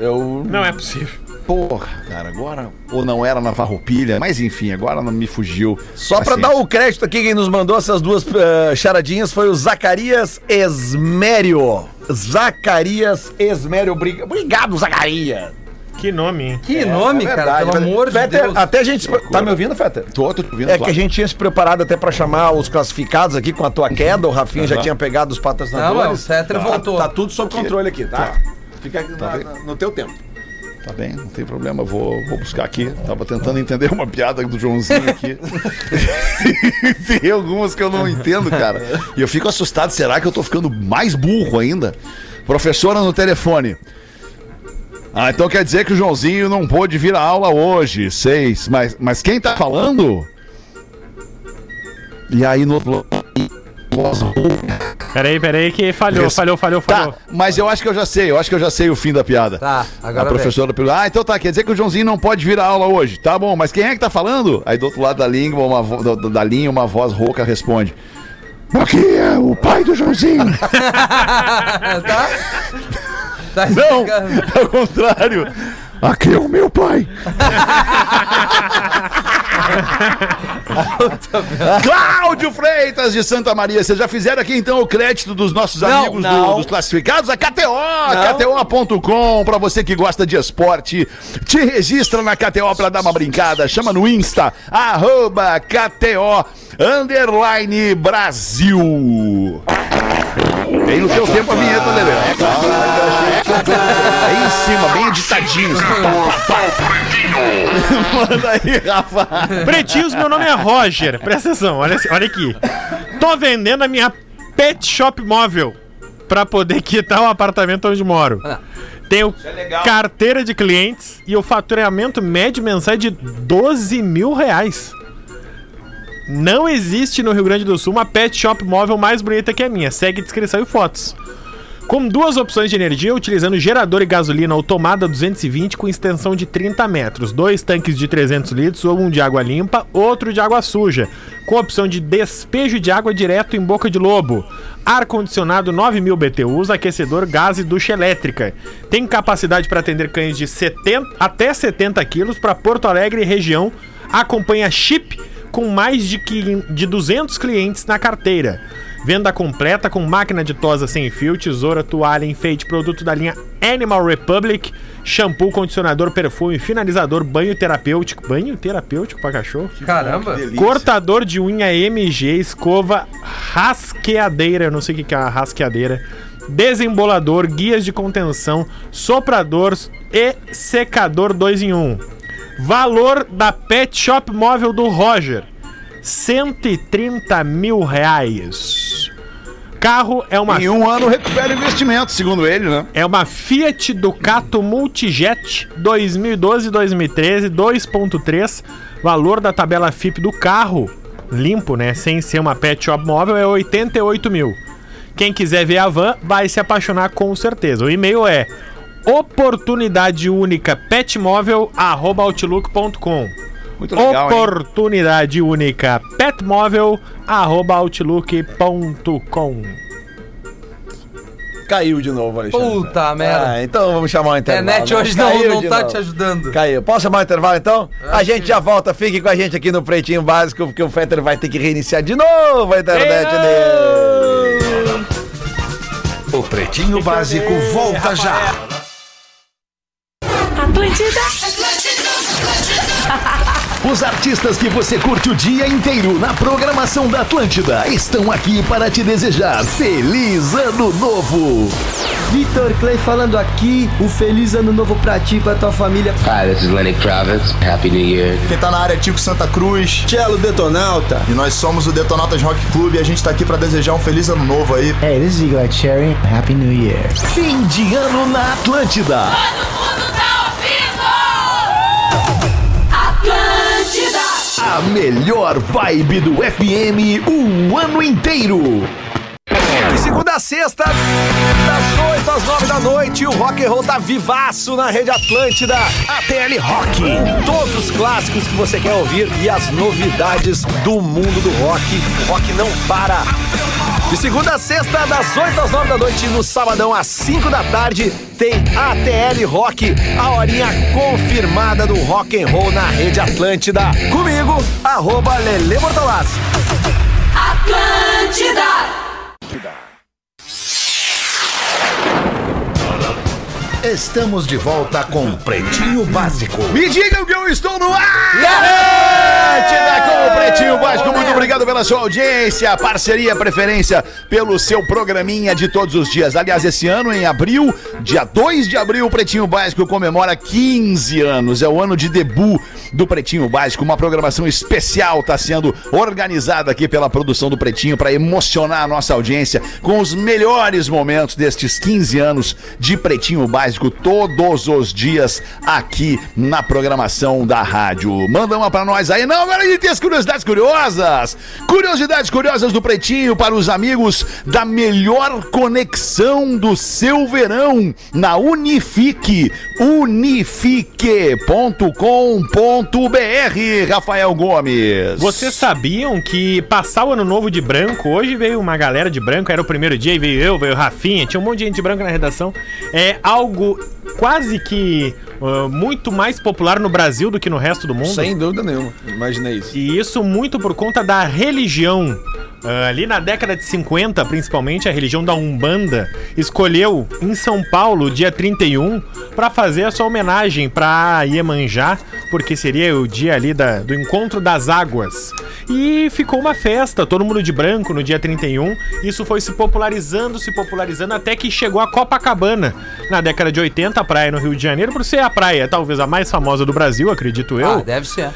Eu.
Não é possível.
Porra, cara, agora. Ou não era na Farroupilha, mas enfim, agora não me fugiu.
Só pra
Paciência.
dar o crédito aqui, quem nos mandou essas duas eh, charadinhas foi o Zacarias Esmério. Zacarias Esmério. Obri- Obrigado, Zacarias.
Que nome, hein?
É,
Que nome, cara, pelo amor de
Fetter,
Deus.
Até a gente. se pre- Tá me ouvindo, Fetter?
Tô, tô te ouvindo,
É
claro.
que a gente tinha se preparado até pra chamar os classificados aqui com a tua queda. O Rafinha já tinha pegado os
Não,
patrocinadores.
não, o Fetter voltou.
Tá tudo sob controle aqui, tá? Fica aqui na- na- no teu tempo.
Tá bem, não tem problema, eu vou, vou buscar aqui. Tava tentando entender uma piada do Joãozinho aqui. tem algumas que eu não entendo, cara. E eu fico assustado, será que eu tô ficando mais burro ainda? Professora no telefone. Ah, então quer dizer que o Joãozinho não pôde vir à aula hoje, seis. Mas, mas quem tá falando? E aí no outro lado-
Peraí, peraí, que falhou,
Res-
falhou, falhou, falhou.
Tá, mas eu acho que eu já sei, eu acho que eu já sei o fim da piada.
Tá, agora
A
vem.
professora perguntou: Ah, então tá, quer dizer que o Joãozinho não pode vir à aula hoje. Tá bom, mas quem é que tá falando? Aí do outro lado da língua, uma vo- da, da linha, uma voz rouca responde. Aqui é o pai do Joãozinho.
tá? Tá
Não,
explicando.
ao contrário. Aqui é o meu pai. Cláudio Freitas de Santa Maria, vocês já fizeram aqui então o crédito dos nossos
Não,
amigos do-
não.
dos classificados? A KTO, KTO.com, pra você que gosta de esporte, te registra na KTO pra dar uma brincada, chama no Insta, arroba KTO, underline Brasil. Bem no seu tempo a vinheta, Lelê. É claro, Aí em cima, bem editadinho. assim, Manda aí, Rafa.
Pretinhos, meu nome é Roger. Presta atenção, olha, olha aqui. Tô vendendo a minha pet shop móvel pra poder quitar o apartamento onde moro.
Ah.
Tenho carteira de clientes e o faturamento médio mensal é de 12 mil reais. Não existe no Rio Grande do Sul uma pet shop móvel mais bonita que a minha. Segue descrição e fotos. Com duas opções de energia, utilizando gerador e gasolina ou tomada 220 com extensão de 30 metros, dois tanques de 300 litros, ou um de água limpa, outro de água suja, com opção de despejo de água direto em boca de lobo, ar-condicionado 9000 BTUs, aquecedor, gás e ducha elétrica. Tem capacidade para atender cães de 70 até 70 quilos para Porto Alegre e região, acompanha chip com mais de, quin- de 200 clientes na carteira. Venda completa com máquina de tosa sem fio, tesoura, toalha, enfeite, produto da linha Animal Republic, shampoo, condicionador, perfume, finalizador, banho terapêutico. Banho terapêutico pra cachorro?
Caramba.
Cortador de unha MG, escova, rasqueadeira, eu não sei o que que é uma rasqueadeira, desembolador, guias de contenção, soprador e secador 2 em 1. Um. Valor da Pet Shop Móvel do Roger, 130 mil reais. Carro é uma,
Em um ano recupera o investimento, segundo ele, né?
é uma Fiat Ducato Multijet 2012-2013, 2.3. Valor da tabela FIP do carro, limpo, né? Sem ser uma pet shop móvel, é 88 mil. Quem quiser ver a van vai se apaixonar com certeza. O e-mail é oportunidade única petmóvel@outlook.com.
Muito legal, hein?
Oportunidade única petmóvel@outlook.com.
Caiu de novo, Alexandre.
Puta merda.
Ah, então vamos chamar o intervalo.
Internet
né?
hoje não,
Caiu
não
de
tá
novo.
te ajudando.
Caiu. Posso chamar o intervalo então? a gente já volta, fique com a gente aqui no Pretinho Básico, porque o Fetter vai ter que reiniciar de novo a internet dele.
O Pretinho Básico volta já.
Os artistas que você curte o dia inteiro na programação da Atlântida estão aqui para te desejar feliz ano novo.
Vitor Clay falando aqui. Um feliz ano novo pra ti, pra tua família.
Hi, this is Lenny Kravitz. Happy New Year.
Quem tá na área é Tico Santa Cruz, Cello Detonauta. E nós somos o Detonautas Rock Club e a gente tá aqui pra desejar um feliz ano novo aí.
Hey, this is Eagle Cherry. Happy New Year.
Fim de ano na Atlântida. A melhor vibe do FM o ano inteiro.
De segunda a sexta, das 8 às 9 da noite, o rock and roll tá vivaço na Rede Atlântida. ATL Rock. Todos os clássicos que você quer ouvir e as novidades do mundo do rock. O rock não para. De segunda a sexta, das 8 às 9 da noite, e no sabadão às 5 da tarde, tem ATL Rock, a horinha confirmada do rock and roll na Rede Atlântida. Comigo, arroba Lele Bortolassi.
Estamos de volta com Pretinho Básico.
Me digam que eu estou no ar! Atlântida com o Pretinho Básico, muito obrigado pela sua audiência, parceria, preferência pelo seu programinha de todos os dias. Aliás, esse ano, em abril, dia 2 de abril, o Pretinho Básico comemora 15 anos. É o ano de debut do Pretinho Básico. Uma programação especial está sendo organizada aqui pela produção do Pretinho para emocionar a nossa audiência com os melhores momentos destes 15 anos de Pretinho Básico todos os dias aqui na programação da rádio. Manda uma pra nós aí. Não, agora a gente tem as curiosidades curiosas. Curiosidades curiosas do Pretinho para os amigos da melhor conexão do seu verão na Unifique. Unifique.com.br. Rafael Gomes.
Vocês sabiam que passar o ano novo de branco, hoje veio uma galera de branco, era o primeiro dia, e veio eu, veio o Rafinha, tinha um monte de gente de branco na redação. É algo quase que ah, muito mais popular no Brasil do que no resto do mundo.
Sem dúvida nenhuma. Imaginei isso.
E isso muito por conta da religião. Ah, ali na década de 50, principalmente, a religião da Umbanda escolheu em São Paulo, dia 31, para fazer a sua homenagem para Iemanjá, porque seria o dia ali da- do encontro das águas. E ficou uma festa, todo mundo de branco no dia 31. Isso foi se popularizando, se popularizando, até que chegou a Copacabana. Na década de 80, a praia no Rio de Janeiro, por ser a praia talvez a mais famosa do Brasil, acredito eu
Ah, deve ser.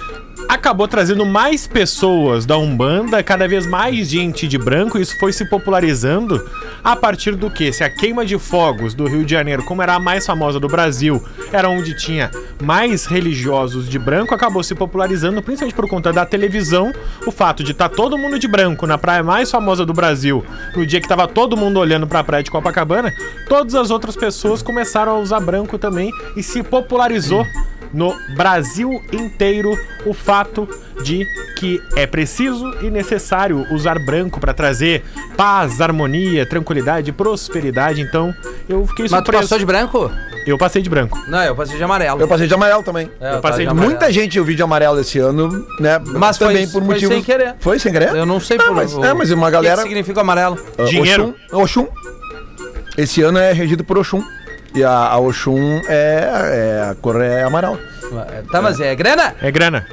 acabou trazendo mais pessoas da Umbanda, cada vez mais gente de branco, e isso foi se popularizando a partir do que? Se a queima de fogos do Rio de Janeiro, como era a mais famosa do Brasil, era onde tinha mais religiosos de branco, acabou se popularizando principalmente por conta da televisão, o fato de estar todo mundo de branco na praia mais famosa do Brasil, no dia que tava todo mundo olhando para a praia de Copacabana, todas as outras pessoas começaram a usar branco também e se popularizou no Brasil inteiro o fato de que é preciso e necessário usar branco para trazer paz, harmonia, tranquilidade, prosperidade. Então, eu fiquei
Mas tu
surpreso.
passou de branco?
Eu passei de branco.
Não, eu passei de amarelo.
Eu passei de amarelo também.
É,
eu passei
tava
de-
Muita gente viu vídeo amarelo esse ano, né?
Mas foi-
também por
foi
motivos.
sem querer.
Foi sem querer?
Eu não sei
Ah, mas- é, mas uma
o que
galera-
que significa o amarelo?
Ah,
Dinheiro.
Oxum. Oxum. Esse ano é regido por Oxum. E a, a Oxum é, é- A cor é amarelo.
Tá, mas é grana?
É grana.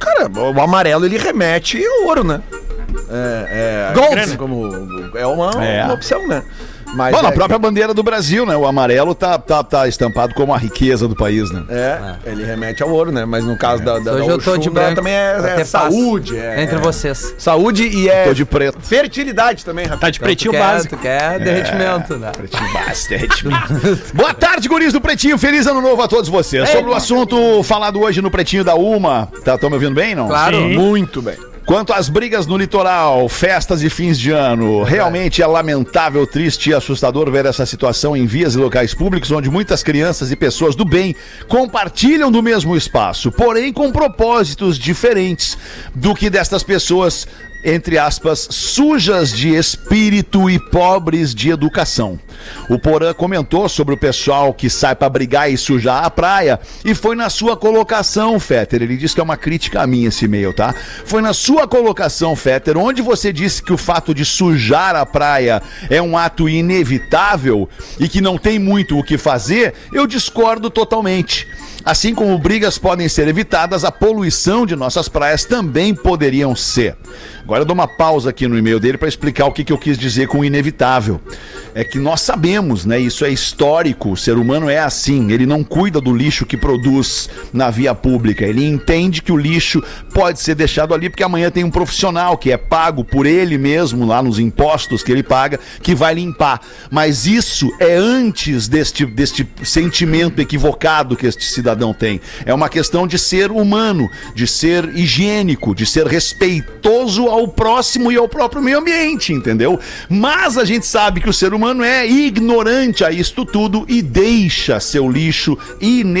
Cara, o amarelo ele remete ao ouro, né? É. é
Grana.
Como, é uma,
É.
uma opção, né? Mas.
Bom,
é,
na própria bandeira do Brasil, né? O amarelo tá, tá, tá estampado como a riqueza do país, né?
É, ele remete ao ouro, né? Mas no caso da, da,
É. Hoje
da
eu tô
Oxum,
de
ela
branco.
também é,
Pra
é
ter paz
saúde. É,
Entre
é.
vocês.
Saúde e é.
Tô de preto.
Fertilidade também, rapaz.
Tá de pretinho
tu quer,
básico.
Tu quer derretimento, né?
Pretinho básico, derretimento. Boa tarde, guris do Pretinho. Feliz ano novo a todos vocês. Sobre o assunto falado hoje no Pretinho da Uma. Tá, tão me ouvindo bem, não?
Claro.
Sim.
Muito bem.
Quanto às brigas no litoral, festas e fins de ano, realmente é lamentável, triste e assustador ver essa situação em vias e locais públicos onde muitas crianças e pessoas do bem compartilham do mesmo espaço, porém com propósitos diferentes do que destas pessoas, entre aspas, sujas de espírito e pobres de educação. O Porã comentou sobre o pessoal que sai pra brigar e sujar a praia e foi na sua colocação, Fetter. Ele disse que é uma crítica a mim esse e-mail, tá? Foi na sua colocação, Fetter, onde você disse que o fato de sujar a praia é um ato inevitável e que não tem muito o que fazer, eu discordo totalmente. Assim como brigas podem ser evitadas, a poluição de nossas praias também poderiam ser. Agora eu dou uma pausa aqui no e-mail dele para explicar o que, que eu quis dizer com inevitável. É que nós sabemos, né? Isso é histórico. O ser humano é assim. Ele não cuida do lixo que produz na via pública. Ele entende que o lixo pode ser deixado ali porque amanhã tem um profissional que é pago por ele mesmo lá nos impostos que ele paga que vai limpar. Mas isso é antes deste, deste sentimento equivocado que este cidadão tem. É uma questão de ser humano, de ser higiênico, de ser respeitoso ao próximo e ao próprio meio ambiente, entendeu? Mas a gente sabe que o ser humano é ignorante a isto tudo e deixa seu lixo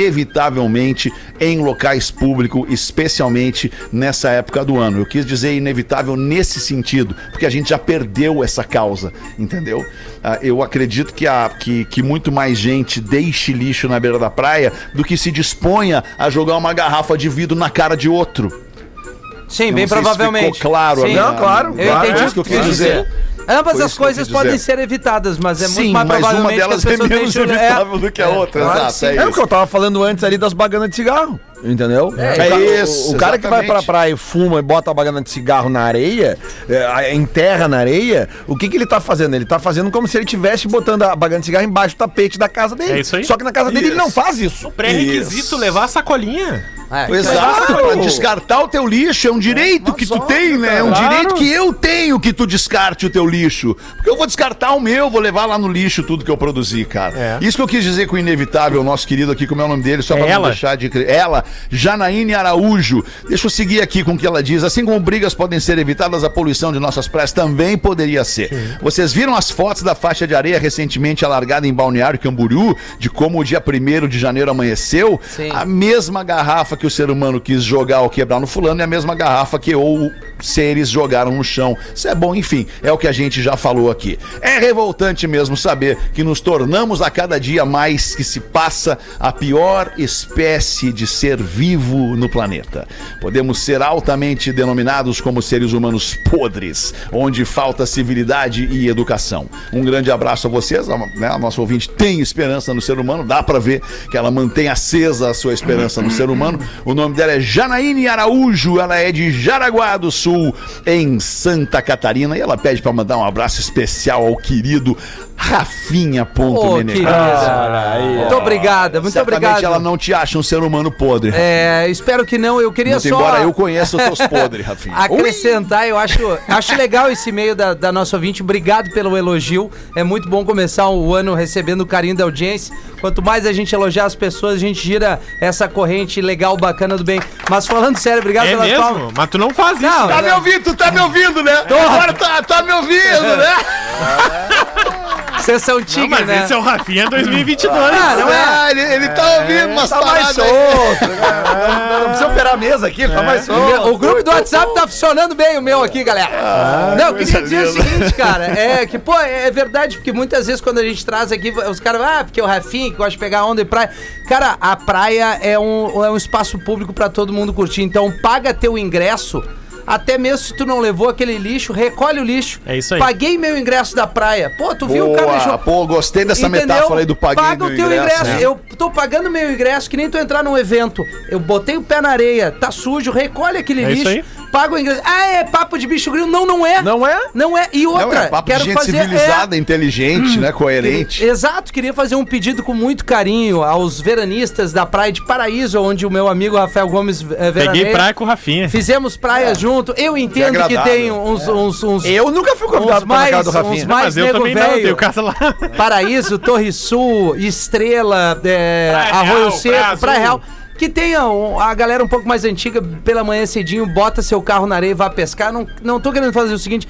inevitavelmente em locais públicos, especialmente nessa época do ano. Eu quis dizer inevitável nesse sentido, porque a gente já perdeu essa causa, entendeu? Ah, Eu acredito que, a, que, que muito mais gente deixe lixo na beira da praia do que se disponha a jogar uma garrafa de vidro na cara de outro.
Sim,
Eu
bem
não sei se
provavelmente.
ficou claro,
Sim.
né?
Não, claro,
Eu
claro,
entendi
é
o
isso
que tu
eu
quis
quis
dizer.
Foi
Ambas as
isso que eu
coisas
quis
podem
dizer.
ser evitadas, mas é muito
Sim,
mais
mas uma
provavelmente
delas
que
é
as pessoas
menos
deixem-
evitável do que a outra. Exato, é
É, o que
isso.
eu tava falando antes ali das baganas de cigarro, entendeu?
É,
o cara-
é isso,
O, cara que vai pra
exatamente.
praia e fuma e bota a bagana de cigarro na areia, é, a- enterra na areia, o que que ele tá fazendo? Ele tá fazendo como se ele estivesse botando a bagana de cigarro embaixo do tapete da casa dele.
É isso aí.
Só que na casa dele ele não faz isso.
Pré-requisito, levar a sacolinha.
É,
Exato, pra descartar o teu lixo é um direito que tu tem, né? É um
claro.
direito que eu tenho que tu descarte o teu lixo. Porque eu vou descartar o meu, vou levar lá no lixo tudo que eu produzi, cara.
É.
Isso que eu quis dizer com o inevitável, o nosso querido aqui, como é o nome dele, só
É
pra não
ela?
deixar de... cre- Ela, Janaíne Araújo. Deixa eu seguir aqui com o que ela diz. Assim como brigas podem ser evitadas, a poluição de nossas praias também poderia ser. Vocês viram as fotos da faixa de areia recentemente alargada em Balneário Camboriú, de como o dia 1 de janeiro amanheceu?
Sim.
A mesma garrafa garrafa que o ser humano quis jogar ou quebrar no fulano é a mesma garrafa que ou seres jogaram no chão. Isso é bom, enfim, é o que a gente já falou aqui. É revoltante mesmo saber que nos tornamos a cada dia mais que se passa a pior espécie de ser vivo no planeta. Podemos ser altamente denominados como seres humanos podres, onde falta civilidade e educação. Um grande abraço a vocês, a, né, a nossa ouvinte tem esperança no ser humano, dá pra ver que ela mantém acesa a sua esperança no ser humano. O nome dela é Janaíne Araújo, ela é de Jaraguá do Sul, em Santa Catarina, e ela pede pra mandar um abraço especial ao querido Rafinha
Ô,
Ponto Menezes.
querida. muito obrigada, muito
né? Certamente
obrigado.
ela não te acha um ser humano podre.
É, espero que não. Eu queria
Muito
só.
embora eu conheça os teus podres, Rafinha.
Acrescentar, eu acho, acho legal esse e-mail da, da nossa ouvinte. Obrigado pelo elogio. É muito bom começar o ano recebendo o carinho da audiência. Quanto mais a gente elogiar as pessoas, a gente gira essa corrente legal, bacana do bem. Mas falando sério, obrigado
É
pelas
mesmo?
palmas.
Mas tu não faz isso.
Não,
né?
Tá me ouvindo, tu tá me ouvindo, né? Agora tá, tá me ouvindo, né?
Vocês são
Não,
tigre,
mas
né?
esse é o Rafinha 2022.
Ah, não é?
Ah, ele, ele tá né? ouvindo umas
Tá mais
paradas
solto.
aí.
Não, não precisa operar a mesa aqui,
É.
tá mais solto.
é- O grupo do WhatsApp tá funcionando bem, o meu aqui, galera. não, eu queria dizer o seguinte, cara. É que, pô, é verdade, porque muitas vezes quando a gente traz aqui, os caras, ah, porque o Rafinha que gosta de pegar onda e praia. Cara, a praia é um, é um espaço público pra todo mundo curtir. Então, paga teu ingresso. Até mesmo se tu não levou aquele lixo, recolhe o lixo.
É isso aí.
Paguei meu ingresso da praia. Pô, tu viu o cara
Boa, pô, gostei dessa metáfora aí do paguinho
Paga o
do
teu ingresso.
né?
Eu tô pagando meu ingresso, que nem tu entrar num evento. Eu botei o pé na areia, tá sujo, recolhe aquele
É isso
lixo,
aí.
paga o ingresso. Ah, é papo de bicho grilo. Não, não é.
Não é?
Não é. E outra,
Não, é papo de
quero
gente
fazer.
civilizada, inteligente, né?
é,
Coerente.
Exato, queria fazer um pedido com muito carinho aos veranistas da Praia de Paraíso, onde o meu amigo Rafael Gomes
Peguei
é, veraneia.
praia com o Rafinha.
Fizemos praia junto. Eu entendo que,
agradável.
tem uns, uns, uns,
É. Eu nunca fui
uns
convidado pra na
mais,
casa do
uns
Rafinha.
Não,
mais
mas eu
nego
também não,
velho.
tenho casa lá.
Paraíso, Torre Sul, Estrela, é,
Praia
Arroio
Real, Praia
Seco, Praia
Azul.
Real. Que tenha um- a galera um pouco mais antiga, pela manhã cedinho, bota seu carro na areia e vá pescar. Não, não tô querendo fazer o seguinte.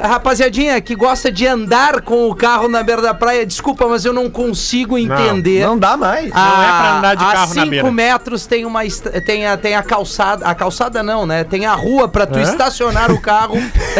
a Rapaziadinha que gosta de andar com o carro na beira da praia, desculpa, mas eu não consigo entender. Ah,
Não dá mais.
Não é pra andar de
a
carro na
cinco
beira.
metros tem uma est- tem a, tem a calçada, a calçada não, né? Tem a rua pra tu estacionar o carro.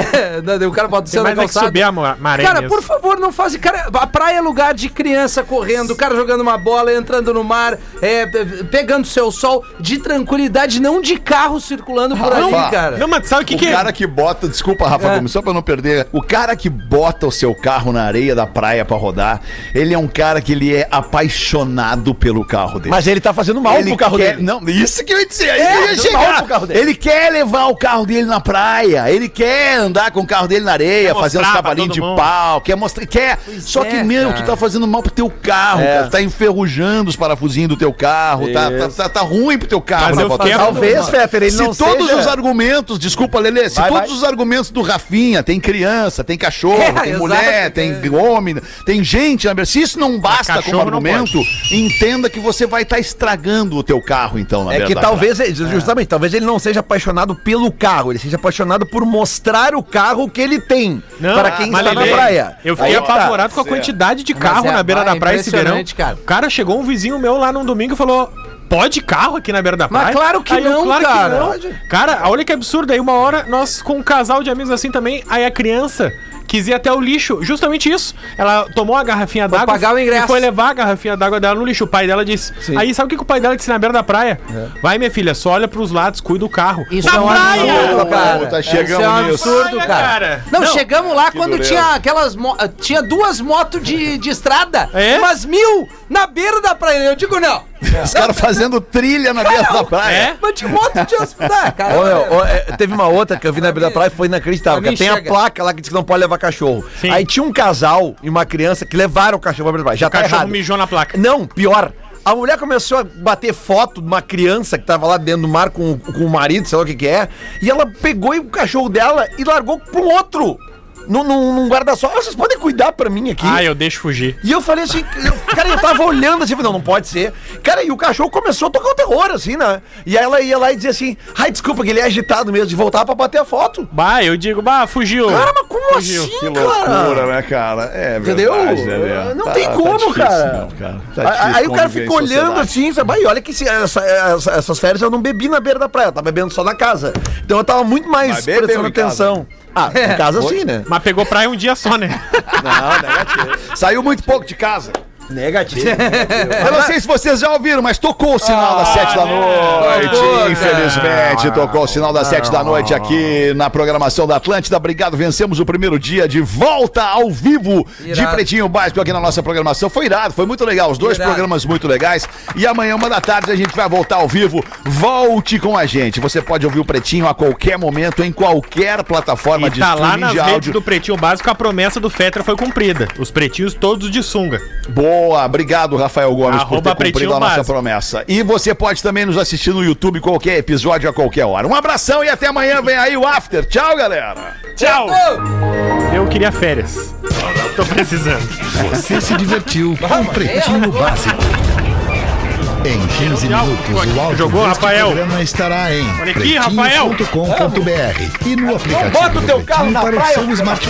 o cara bota o
Tem
seu na
mais é que
calçada.
subir a ma- maré
Cara,
mesmo.
por favor, não faz. Cara, a praia é lugar de criança correndo, o cara jogando uma bola, entrando no mar, é, pe- pegando seu sol de tranquilidade, não de carro circulando por ali,
Rafa,
cara.
Não, mas sabe o que,
o
que
cara
é?
que bota, desculpa, Rafa
É.
Gomes, só pra não perder. O cara que bota o seu carro na areia da praia pra rodar, ele é um cara que ele é apaixonado pelo carro dele.
Mas ele tá fazendo mal
ele
pro carro
quer-
dele.
Não, isso que eu ia dizer. aí
É,
eu ia
deu mal
chegar.
pro carro dele.
Ele quer levar o carro dele na praia. Ele quer andar com o carro dele na areia,
Quer
fazer uns
mostrar pra
cavalinhos de
todo mundo.
pau, quer mostrar. Quer. Só
é,
que, meu,
cara.
tu tá fazendo mal pro teu carro,
É.
cara. Tu tá enferrujando os parafusinhos do teu carro. Tá, tá, tá, tá ruim pro teu carro,
Mas eu
Rafa.
quero-
Talvez, Fetter, ele
se
não
todos
seja-
os argumentos, desculpa, Lelê, se
Vai,
todos
vai.
os argumentos do Rafinha, tem criança, tem cachorro,
É,
tem
exato,
mulher,
é.
tem homem, tem gente, na beira- se isso não basta como
cachorro não
argumento, entenda que você vai estar estragando o teu carro, então, na
É que
verdade.
talvez,
né?
justamente, talvez ele não seja apaixonado pelo carro, ele seja apaixonado por mostrar o carro que ele tem
Não,
para quem
mas
está na
Lelê,
praia.
Eu fiquei
Aí que tá.
apavorado com a quantidade de carro
é,
na beira
vai,
da praia esse verão.
impressionante, cara.
O cara chegou um vizinho meu lá num domingo e falou: pode carro aqui na beira da
Mas
praia?
claro que
Aí eu,
não, cara.
não. Cara, olha que absurdo. Aí uma hora nós com um casal de amigos assim também, aí a criança. Quis ir até o lixo, justamente isso. Ela tomou a garrafinha d'água
pagar o ingresso.
e foi levar a garrafinha d'água dela no lixo. O pai dela disse. Aí sabe o que, que o pai dela disse na beira da praia? Vai, minha filha, só olha pros lados, cuida do carro.
É. Isso
na
é um
praia!
absurdo, cara.
Puta,
Isso
chegamos
é um
nisso.
absurdo,
Olha,
cara.
cara.
Não,
Não,
chegamos lá quando
dureza.
tinha aquelas. mo- Tinha duas motos de, de estrada,
É?
umas mil na beira da praia. Eu digo, não.
Os caras fazendo trilha na beira da praia.
É?
Mas de moto de hospital, cara.
Ô, meu, ô, é, teve uma outra que eu vi na beira da praia e foi inacreditável.
pra mim
cara. Tem a
chega.
placa lá que diz que não pode levar cachorro.
Sim.
Aí tinha um casal e uma criança que levaram o cachorro pra beira da praia. Já
O
tá
cachorro
errado.
mijou na placa.
Não, pior. A mulher começou a bater foto de uma criança que tava lá dentro do mar com, com o marido, sei lá o que que é. E ela pegou o cachorro dela e largou pro outro. num, num- num guarda-sol. "Ah, Vocês podem cuidar pra mim aqui.
Ah, eu deixo fugir.
E eu falei assim, eu- cara, eu tava olhando assim, não, não pode ser. Cara, e o cachorro começou a tocar o terror, assim, né? E aí ela ia lá e dizia assim, ai, desculpa, que ele é agitado mesmo, de voltar pra bater a foto.
Bah, eu digo, bah, fugiu.
Cara, mas como
Fugiu.
assim,
Que
cara?
loucura, né, cara? É
Entendeu?
verdade, né, velho?
Não tem como,
difícil,
cara.
não, cara.
Aí-
Tá difícil
aí o cara
conviver em
fica olhando
sociedade.
assim, sabe? E olha que se- essa- essa- essas férias eu não bebi na beira da praia, eu tava bebendo só na casa. Então eu tava muito mais
Mas bebeu
prestando
em casa, É.
atenção. Ah, em casa sim, né?
Mas pegou praia um dia só, né?
Não, negativo. Saiu muito pouco de casa.
Negativo.
Eu não sei se vocês já ouviram, mas tocou o sinal
Ah,
das sete
né?
da noite.
Tocou,
Infelizmente, tocou o sinal das sete da noite aqui na programação da Atlântida. Obrigado, vencemos o primeiro dia de volta ao vivo de
Irado.
Pretinho Básico aqui na nossa programação. Foi irado, foi muito legal. Os dois
Irado.
programas muito legais. E amanhã, uma da tarde, a gente vai voltar ao vivo. Volte com a gente. Você pode ouvir o Pretinho a qualquer momento, em qualquer plataforma
E
de
tá lá
streaming
nas
de
redes
áudio.
do Pretinho Básico, a promessa do Fetra foi cumprida. Os pretinhos todos de sunga.
Boa, obrigado, Rafael Gomes,
Arroba
por ter cumprido
Pretinho
a nossa
Básico.
promessa. E você pode também nos assistir no YouTube qualquer episódio a qualquer hora. Um abração e até amanhã, vem aí o After. Tchau, galera!
Tchau! Eu queria férias. Tô precisando.
Você se divertiu com Um Pretinho Básico. Em 15
Tchau.
minutos, o áudio
Jogou,
deste
Rafael.
programa estará em
Olha aqui, Rafael.
pretinho.com.br e no aplicativo
bota o teu
do
carro
Pretinho
na
para o
praia,
seu
filho da
smartphone.